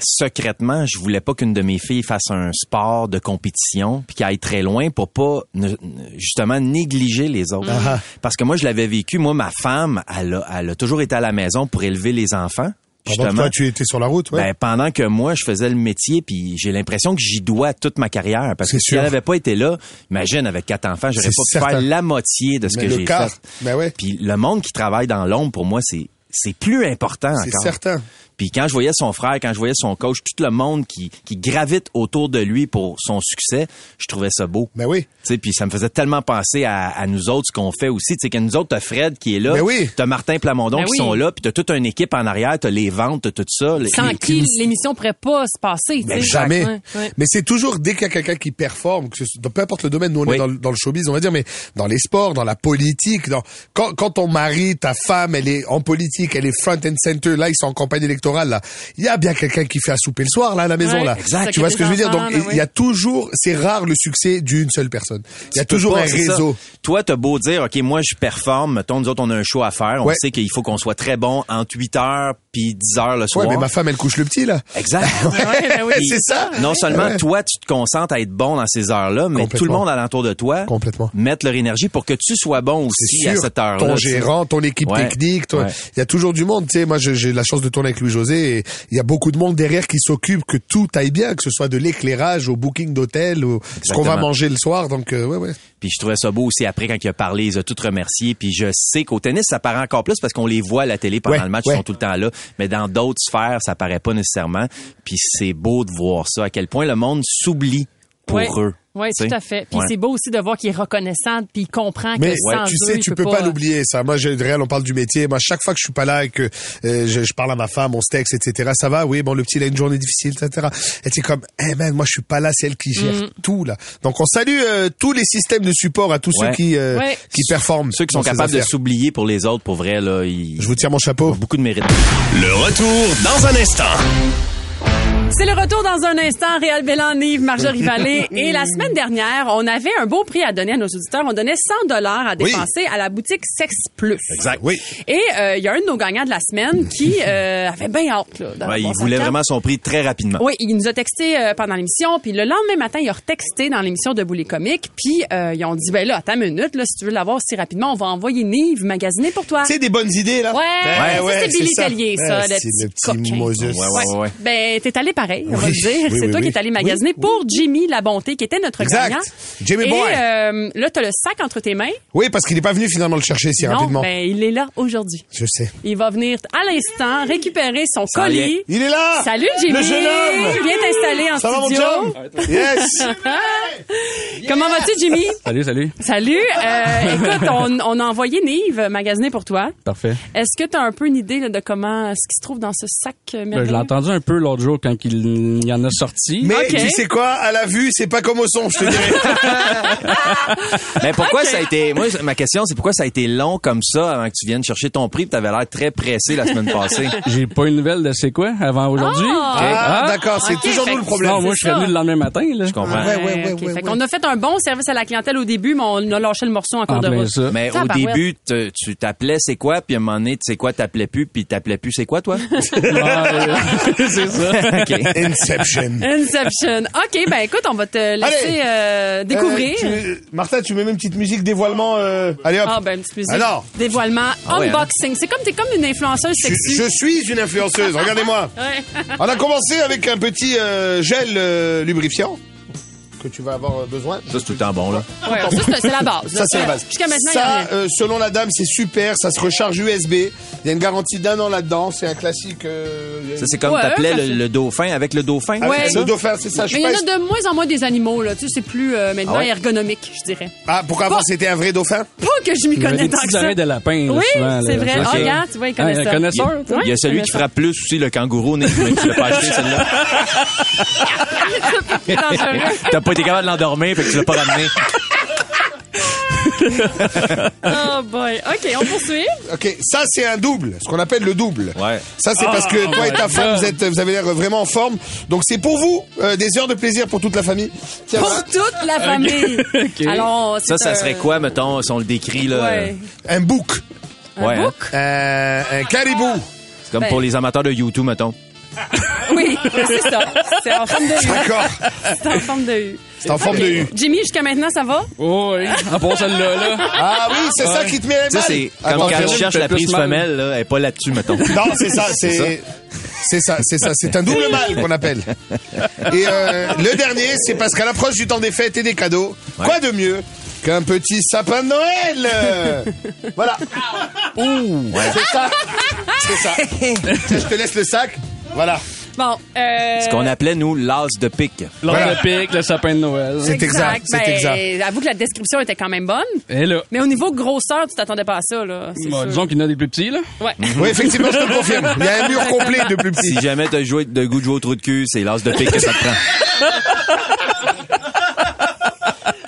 Speaker 5: secrètement, je voulais pas qu'une de mes filles fasse un sport de compétition puis qu'elle aille très loin pour pas ne- ne- justement négliger les autres.
Speaker 6: Ah.
Speaker 5: Parce que moi, je l'avais vécu. Moi, ma femme, elle a, elle a toujours été à la maison pour élever les enfants.
Speaker 6: Pendant que
Speaker 5: Justement,
Speaker 6: Ah toi, tu étais sur la route, ouais.
Speaker 5: ben, pendant que moi, je faisais le métier, puis j'ai l'impression que j'y dois toute ma carrière. Parce
Speaker 6: C'est
Speaker 5: que si
Speaker 6: sûr.
Speaker 5: elle n'avait pas été là, imagine, avec quatre enfants, j'aurais
Speaker 6: C'est
Speaker 5: pas pu
Speaker 6: certain.
Speaker 5: faire la moitié de ce
Speaker 6: Mais
Speaker 5: que
Speaker 6: le
Speaker 5: j'ai
Speaker 6: quart,
Speaker 5: fait.
Speaker 6: ben ouais.
Speaker 5: Puis le monde qui travaille dans l'ombre, pour moi, c'est c'est plus important
Speaker 6: c'est
Speaker 5: encore.
Speaker 6: certain.
Speaker 5: Puis quand je voyais son frère, quand je voyais son coach, tout le monde qui, qui gravite autour de lui pour son succès, je trouvais ça beau.
Speaker 6: Ben oui.
Speaker 5: Tu sais, puis ça me faisait tellement penser à, à nous autres, ce qu'on fait aussi. Tu sais, que nous autres, t'as Fred qui est là,
Speaker 6: Ben oui.
Speaker 5: t'as Martin Plamondon
Speaker 4: Ben
Speaker 5: qui
Speaker 4: oui.
Speaker 5: sont là, puis t'as toute une équipe en arrière, t'as les ventes, t'as tout ça. les-
Speaker 4: Sans
Speaker 5: les-
Speaker 4: qui l'émission pourrait pas se passer. tu
Speaker 6: Mais
Speaker 4: sais.
Speaker 6: jamais.
Speaker 4: Ouais, ouais.
Speaker 6: Mais c'est toujours dès qu'il y a quelqu'un qui performe, que ce soit- dans- peu importe le domaine, nous on
Speaker 5: Oui.
Speaker 6: est dans, le- dans le showbiz, on va dire, mais dans les sports, dans la politique, dans, quand, quand ton mari, ta femme, elle est en politique, elle est front and center, là ils sont en campagne électorale, là, il y a bien quelqu'un qui fait à souper le soir là à la maison
Speaker 4: Ouais,
Speaker 6: là.
Speaker 4: exact.
Speaker 6: Tu vois ce que je veux dire Donc
Speaker 4: Des
Speaker 6: il
Speaker 4: enfants,
Speaker 6: y
Speaker 4: là,
Speaker 6: a
Speaker 4: ouais.
Speaker 6: toujours, c'est rare le succès d'une seule personne. Il y a
Speaker 5: tu peux
Speaker 6: toujours
Speaker 5: pas,
Speaker 6: un
Speaker 5: c'est ça.
Speaker 6: réseau.
Speaker 5: Toi, t'as beau dire, OK, moi, je performe, mettons, nous autres, on a un show à faire. On
Speaker 6: Ouais.
Speaker 5: sait qu'il faut qu'on soit très bon entre 8 heures puis 10 heures le
Speaker 6: Ouais,
Speaker 5: soir.
Speaker 6: mais ma femme elle couche le petit là.
Speaker 5: [laughs]
Speaker 6: [laughs]
Speaker 5: Exact.
Speaker 4: Ouais, ben oui.
Speaker 6: c'est ça.
Speaker 5: Non seulement
Speaker 6: Ouais.
Speaker 5: toi, tu te concentres à être bon dans ces heures-là, mais
Speaker 6: Complètement.
Speaker 5: tout le monde alentour de toi
Speaker 6: Complètement.
Speaker 5: mettre leur énergie pour que tu sois bon aussi
Speaker 6: C'est
Speaker 5: à
Speaker 6: sûr.
Speaker 5: cette heure-là.
Speaker 6: Ton
Speaker 5: tu sais.
Speaker 6: gérant, ton équipe
Speaker 5: Ouais.
Speaker 6: technique, ton- il
Speaker 5: Ouais.
Speaker 6: y a toujours du monde. Tu sais, moi, je- j'ai la chance de tourner avec Louis-José et il y a beaucoup de monde derrière qui s'occupe que tout aille bien, que ce soit de l'éclairage au booking d'hôtel, au ce qu'on va
Speaker 5: Exactement.
Speaker 6: manger le soir. Donc, euh, ouais, ouais.
Speaker 5: Puis je trouvais ça beau aussi après quand il a parlé, il a tout remercié. Puis je sais qu'au tennis, ça paraît encore plus parce qu'on les voit à la télé pendant
Speaker 6: Ouais,
Speaker 5: le match,
Speaker 6: ouais.
Speaker 5: ils sont tout le temps là. Mais dans d'autres sphères, ça paraît pas nécessairement. Puis c'est beau de voir ça, à quel point le monde s'oublie pour
Speaker 4: Ouais.
Speaker 5: eux.
Speaker 4: Oui,
Speaker 5: tu sais.
Speaker 4: tout à fait. Puis
Speaker 5: Ouais.
Speaker 4: c'est beau aussi de voir qu'il est reconnaissant, puis il comprend
Speaker 6: Mais
Speaker 4: que sans
Speaker 6: tu
Speaker 4: eux,
Speaker 6: sais,
Speaker 4: il
Speaker 6: tu
Speaker 4: peut
Speaker 6: peux pas, l'oublier ça. Moi, j'ai réel, on parle du métier. Moi, chaque fois que je suis pas là et que euh, je, je parle à ma femme, on se texte, etc. Ça va, oui. Bon, le petit, il a une journée difficile, etc. Et c'est comme, eh man, moi, je suis pas là, celle qui gère
Speaker 4: Mm.
Speaker 6: tout là. Donc, on salue euh, tous les systèmes de support à tous
Speaker 5: Ouais.
Speaker 6: ceux qui euh,
Speaker 4: Ouais.
Speaker 6: qui performent,
Speaker 5: Ceux qui sont
Speaker 6: dans ces
Speaker 5: capables de
Speaker 6: affaires.
Speaker 5: s'oublier pour les autres, pour vrai, là, ils
Speaker 6: Je vous tire mon chapeau.
Speaker 5: ont beaucoup de mérite.
Speaker 2: Le retour dans un instant.
Speaker 4: C'est le retour dans un instant. Réal Bélan, Yves,
Speaker 6: [laughs]
Speaker 4: Marjorie Vallée. Et la semaine dernière, on avait un beau prix à donner à nos auditeurs. On donnait 100 dollars à
Speaker 6: Oui.
Speaker 4: dépenser à la boutique Sex Plus.
Speaker 5: Exact.
Speaker 6: Oui.
Speaker 4: Et euh, il y a un de nos gagnants de la semaine
Speaker 6: [laughs]
Speaker 4: qui euh, avait bien hâte. Là, d'avoir
Speaker 5: Ouais,
Speaker 4: sa
Speaker 5: ils voulaient
Speaker 4: carte.
Speaker 5: vraiment son prix très rapidement.
Speaker 4: Oui, il nous a texté euh, pendant l'émission, puis le lendemain matin, il a retexté dans l'émission de Boulet Comique, puis euh, ils ont dit, ben là, attends une minute, là, si tu veux l'avoir si rapidement, on va envoyer Nive magasiner pour toi.
Speaker 6: C'est des bonnes idées, là.
Speaker 4: Ah. Ouais, ça, c'est Billy Tellier, ça, le
Speaker 6: c'est
Speaker 4: petit
Speaker 6: le petit
Speaker 4: coquin.
Speaker 6: Moses.
Speaker 5: Ouais, ouais, ouais, ouais.
Speaker 4: Ben, t'es allé pareil, on va
Speaker 6: Oui,
Speaker 4: le dire.
Speaker 6: oui,
Speaker 4: c'est
Speaker 6: oui,
Speaker 4: toi
Speaker 6: oui.
Speaker 4: qui es allé magasiner
Speaker 6: Oui,
Speaker 4: pour Jimmy La Bonté, qui était notre
Speaker 6: Exact.
Speaker 4: gagnant.
Speaker 6: Jimmy
Speaker 4: Et
Speaker 6: Boy.
Speaker 4: euh, là, t'as le sac entre tes mains.
Speaker 6: Oui, parce qu'il n'est pas venu finalement le chercher si
Speaker 4: non,
Speaker 6: rapidement.
Speaker 4: ben, il est là aujourd'hui.
Speaker 6: Je sais.
Speaker 4: Il va venir à l'instant récupérer son
Speaker 5: Sans lien.
Speaker 4: colis.
Speaker 6: Il est là!
Speaker 4: Salut Jimmy!
Speaker 6: Le jeune homme!
Speaker 4: Viens t'installer en
Speaker 6: Ça va, mon
Speaker 4: studio.
Speaker 6: chum?
Speaker 4: [laughs]
Speaker 6: Yes!
Speaker 4: Comment vas-tu Jimmy?
Speaker 11: Salut, salut.
Speaker 4: Salut. Euh, écoute, on, on a envoyé Nive magasiner pour toi.
Speaker 11: Parfait.
Speaker 4: Est-ce que tu as un peu une idée là, de comment euh, ce qui se trouve dans ce sac euh,
Speaker 11: Ben, je
Speaker 4: merveilleux?
Speaker 11: l'ai entendu un peu l'autre jour quand il y en
Speaker 4: [laughs]
Speaker 11: a sorti.
Speaker 6: Mais
Speaker 4: Ok.
Speaker 6: tu sais quoi, à la vue, c'est pas comme au son, je
Speaker 4: [laughs]
Speaker 6: te dirais.
Speaker 5: Mais pourquoi ça a été moi ma question c'est pourquoi ça a été long comme ça avant que tu viennes chercher ton prix, tu avais l'air très pressé la semaine
Speaker 4: [laughs]
Speaker 5: passée.
Speaker 11: J'ai pas une nouvelle de c'est quoi avant aujourd'hui.
Speaker 4: Ah!
Speaker 11: Ok.
Speaker 6: Ah, d'accord, c'est
Speaker 4: ok,
Speaker 6: toujours
Speaker 4: fait
Speaker 6: nous le
Speaker 4: que
Speaker 6: problème.
Speaker 11: Non, moi, je
Speaker 4: c'est
Speaker 11: suis
Speaker 4: ça.
Speaker 11: venu le lendemain matin. Là.
Speaker 5: Je comprends.
Speaker 6: Ouais, ouais, ouais,
Speaker 4: ok.
Speaker 6: ouais,
Speaker 4: Fait
Speaker 6: ouais.
Speaker 4: qu'on a fait un bon service à la clientèle au début, mais on a lâché le morceau en cours
Speaker 11: En
Speaker 4: de
Speaker 11: plein
Speaker 4: route.
Speaker 11: Ah, ben, ça.
Speaker 5: Mais au
Speaker 4: Tabarouette.
Speaker 5: début, te- tu t'appelais c'est quoi, puis à un moment donné, tu sais quoi, t'appelais plus, puis t'appelais plus
Speaker 4: [laughs]
Speaker 5: c'est quoi toi?
Speaker 11: Ouais, ouais. c'est ça.
Speaker 5: OK.
Speaker 6: Inception.
Speaker 4: [laughs] Inception. OK, ben écoute, on va te laisser euh, découvrir.
Speaker 6: Euh, tu- Martha, tu mets même une petite musique dévoilement. euh, Allez hop.
Speaker 4: Ah ben une petite musique.
Speaker 6: Alors.
Speaker 4: Dévoilement,
Speaker 5: Ah ouais, hein?
Speaker 4: unboxing. C'est comme t'es comme une influenceuse
Speaker 6: Je,
Speaker 4: sexy.
Speaker 6: je suis une influenceuse, regardez-moi.
Speaker 4: Ouais.
Speaker 6: On a commencé avec un petit euh, gel euh, lubrifiant que tu vas avoir euh, besoin.
Speaker 5: Ça c'est tout le temps bon là.
Speaker 4: Ouais, ça, c'est- c'est la base.
Speaker 6: Ah, Ça, c'est la base.
Speaker 4: Jusqu'à maintenant, il y a rien.
Speaker 6: ça, euh, selon la dame, c'est super. Ça se recharge USB. Il y a une garantie d'un an là-dedans. C'est un classique. euh,
Speaker 5: Ça c'est comme
Speaker 4: Ouais,
Speaker 5: t'appelais
Speaker 4: parfait.
Speaker 5: le, le dauphin avec le dauphin.
Speaker 6: avec
Speaker 4: ouais.
Speaker 6: le dauphin, c'est ça. Je
Speaker 4: Mais
Speaker 6: sais
Speaker 4: il y
Speaker 6: pas.
Speaker 4: en a de moins en moins des animaux, là. Tu sais, c'est plus euh, maintenant
Speaker 5: Ah ouais?
Speaker 4: ergonomique, je dirais.
Speaker 6: Ah, pourquoi avant c'était un vrai dauphin
Speaker 4: Pas que je m'y
Speaker 11: Il y avait
Speaker 4: connais
Speaker 11: des
Speaker 4: tant que
Speaker 11: petites
Speaker 4: ça.
Speaker 11: oreilles de lapin. là,
Speaker 4: Oui,
Speaker 11: souvent,
Speaker 4: c'est
Speaker 11: là.
Speaker 4: vrai.
Speaker 11: Ça,
Speaker 4: Ah,
Speaker 11: c'est-
Speaker 4: regarde, tu vois, il connaît
Speaker 11: Ah,
Speaker 4: ça.
Speaker 11: connaisseur,
Speaker 4: Il-
Speaker 11: toi?
Speaker 4: Ouais,
Speaker 5: Il y a
Speaker 4: je
Speaker 5: celui
Speaker 4: connais
Speaker 5: qui
Speaker 4: ça.
Speaker 5: frappe plus aussi, le kangourou, né, mais tu l'as pas acheté, celle-là.
Speaker 4: C'est dangereux.
Speaker 5: T'as pas été capable de l'endormir, fait que tu l'as pas ramené.
Speaker 4: Oh boy. OK, on poursuit.
Speaker 6: Ok, ça c'est un double, ce qu'on appelle le double.
Speaker 5: Ouais.
Speaker 6: Ça c'est parce
Speaker 4: Ah,
Speaker 6: que toi et ta femme, vous êtes, vous avez l'air vraiment en forme. Donc c'est pour vous euh, des heures de plaisir pour toute la famille. Tiens,
Speaker 4: Pour toute la famille.
Speaker 11: Ok.
Speaker 4: Alors,
Speaker 5: Ça,
Speaker 4: c'est
Speaker 5: ça
Speaker 4: un-
Speaker 5: serait quoi, mettons, si on le décrit, là?
Speaker 4: Euh, Ouais.
Speaker 6: un bouc,
Speaker 4: Un
Speaker 5: Ouais, hein.
Speaker 4: bouc?
Speaker 6: euh, un caribou.
Speaker 5: C'est comme
Speaker 4: Ben.
Speaker 5: pour les amateurs de YouTube, mettons.
Speaker 4: Oui, c'est ça. C'est en forme de U.
Speaker 6: D'accord.
Speaker 4: C'est en forme de U.
Speaker 6: C'est en forme de U.
Speaker 4: Jimmy, jusqu'à maintenant, ça va?
Speaker 11: Oh, oui. En passant celle-là, là.
Speaker 6: Ah oui, c'est ça qui te met
Speaker 5: Tu
Speaker 6: mal.
Speaker 5: sais, c'est comme
Speaker 6: Attends,
Speaker 5: quand
Speaker 6: Jérémy.
Speaker 5: tu cherches
Speaker 11: fait
Speaker 5: la
Speaker 11: plus
Speaker 5: prise
Speaker 11: mal.
Speaker 5: femelle, là, elle est pas là-dessus, mettons.
Speaker 4: Euh.
Speaker 6: Non, c'est ça, c'est. C'est ça, c'est ça, c'est un double mal qu'on appelle. Et euh, le dernier, c'est parce qu'à l'approche du temps des fêtes et des cadeaux, quoi de mieux qu'un petit sapin de Noël euh,
Speaker 11: [laughs]
Speaker 6: Voilà. C'est ça, c'est ça. Tiens, je te laisse le sac. Voilà.
Speaker 4: Bon, euh,
Speaker 5: Ce qu'on appelait, nous, l'as de pique.
Speaker 11: L'or
Speaker 6: Voilà.
Speaker 11: de pique, le sapin de Noël.
Speaker 6: C'est exact, c'est
Speaker 4: Ben,
Speaker 6: exact.
Speaker 4: Avoue que la description était quand même bonne.
Speaker 11: Et là.
Speaker 4: Mais au niveau grosseur, tu t'attendais pas à ça, là. c'est
Speaker 11: Bon,
Speaker 4: sûr.
Speaker 11: disons qu'il y en a des plus petits, là.
Speaker 4: Ouais.
Speaker 6: Oui, effectivement, je te le confirme. Il y a un mur complet de plus petit.
Speaker 5: Si jamais t'as joué de goût de jouer au trou de cul, c'est l'as de pique que ça te prend.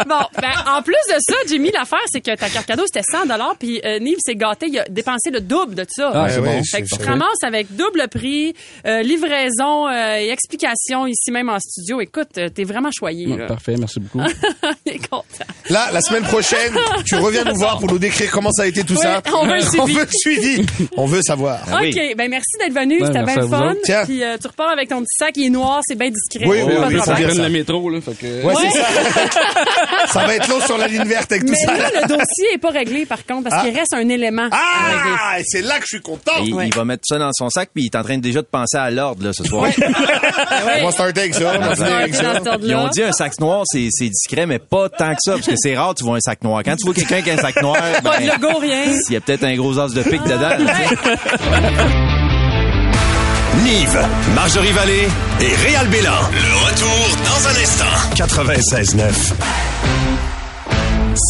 Speaker 4: Bon, ben, en plus de ça, Jimmy, l'affaire, c'est que ta carte cadeau, c'était 100 puis euh, Nive s'est gâté, il a dépensé le double de ça.
Speaker 11: Ah, c'est
Speaker 6: Ouais,
Speaker 11: bon.
Speaker 6: ouais,
Speaker 4: Fait que
Speaker 6: c'est-
Speaker 4: tu te ramasses avec double prix, euh, livraison euh, et explication ici même en studio. Écoute, euh, t'es vraiment choyé.
Speaker 11: Mm. Bon,
Speaker 4: là.
Speaker 11: Parfait, merci beaucoup.
Speaker 4: [laughs] Il est content.
Speaker 6: Là, la semaine prochaine, tu reviens nous voir pour nous décrire comment ça a été tout
Speaker 4: Oui,
Speaker 6: ça.
Speaker 4: on veut le suivi.
Speaker 6: On veut le suivi. On veut savoir.
Speaker 5: Ah oui.
Speaker 4: OK, ben merci d'être venu,
Speaker 11: Ben,
Speaker 4: c'était
Speaker 11: merci
Speaker 4: bien le
Speaker 11: à vous
Speaker 4: fun.
Speaker 11: autres.
Speaker 6: Tiens.
Speaker 4: Puis euh, tu repars avec ton petit sac, il est noir, c'est bien discret.
Speaker 6: Oui,
Speaker 4: Pas
Speaker 6: oui,
Speaker 4: de
Speaker 6: oui,
Speaker 11: On faut
Speaker 4: problème.
Speaker 6: ça vient,
Speaker 11: prendre
Speaker 6: ça.
Speaker 11: le métro, là. Fait que...
Speaker 6: Ouais, c'est ça. ça va être long sur la ligne verte avec tout
Speaker 4: Mais
Speaker 6: ça.
Speaker 4: là, le dossier est pas réglé par contre parce qu'il reste un élément à régler.
Speaker 6: Ah, et c'est là que je suis content.
Speaker 5: Il,
Speaker 4: Ouais.
Speaker 5: il va mettre ça dans son sac, puis il est en train déjà de penser à l'ordre, là, ce soir.
Speaker 4: Ben
Speaker 6: On va starter avec ça. On va finir avec ça.
Speaker 5: Ils ont dit un sac noir, c'est c'est discret, mais pas tant que ça, parce que c'est rare, tu vois un sac noir. Quand tu vois quelqu'un qui a un sac noir,
Speaker 4: Pas de
Speaker 5: ben,
Speaker 4: logo,
Speaker 5: [laughs]
Speaker 4: rien.
Speaker 5: il y a peut-être un gros os de pique dedans. là, tu sais.
Speaker 2: Nive, Marjorie Vallée et Réal Bélan. Le retour dans un instant. 96.9.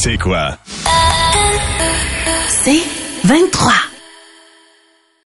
Speaker 2: C'est quoi?
Speaker 1: C'est 23.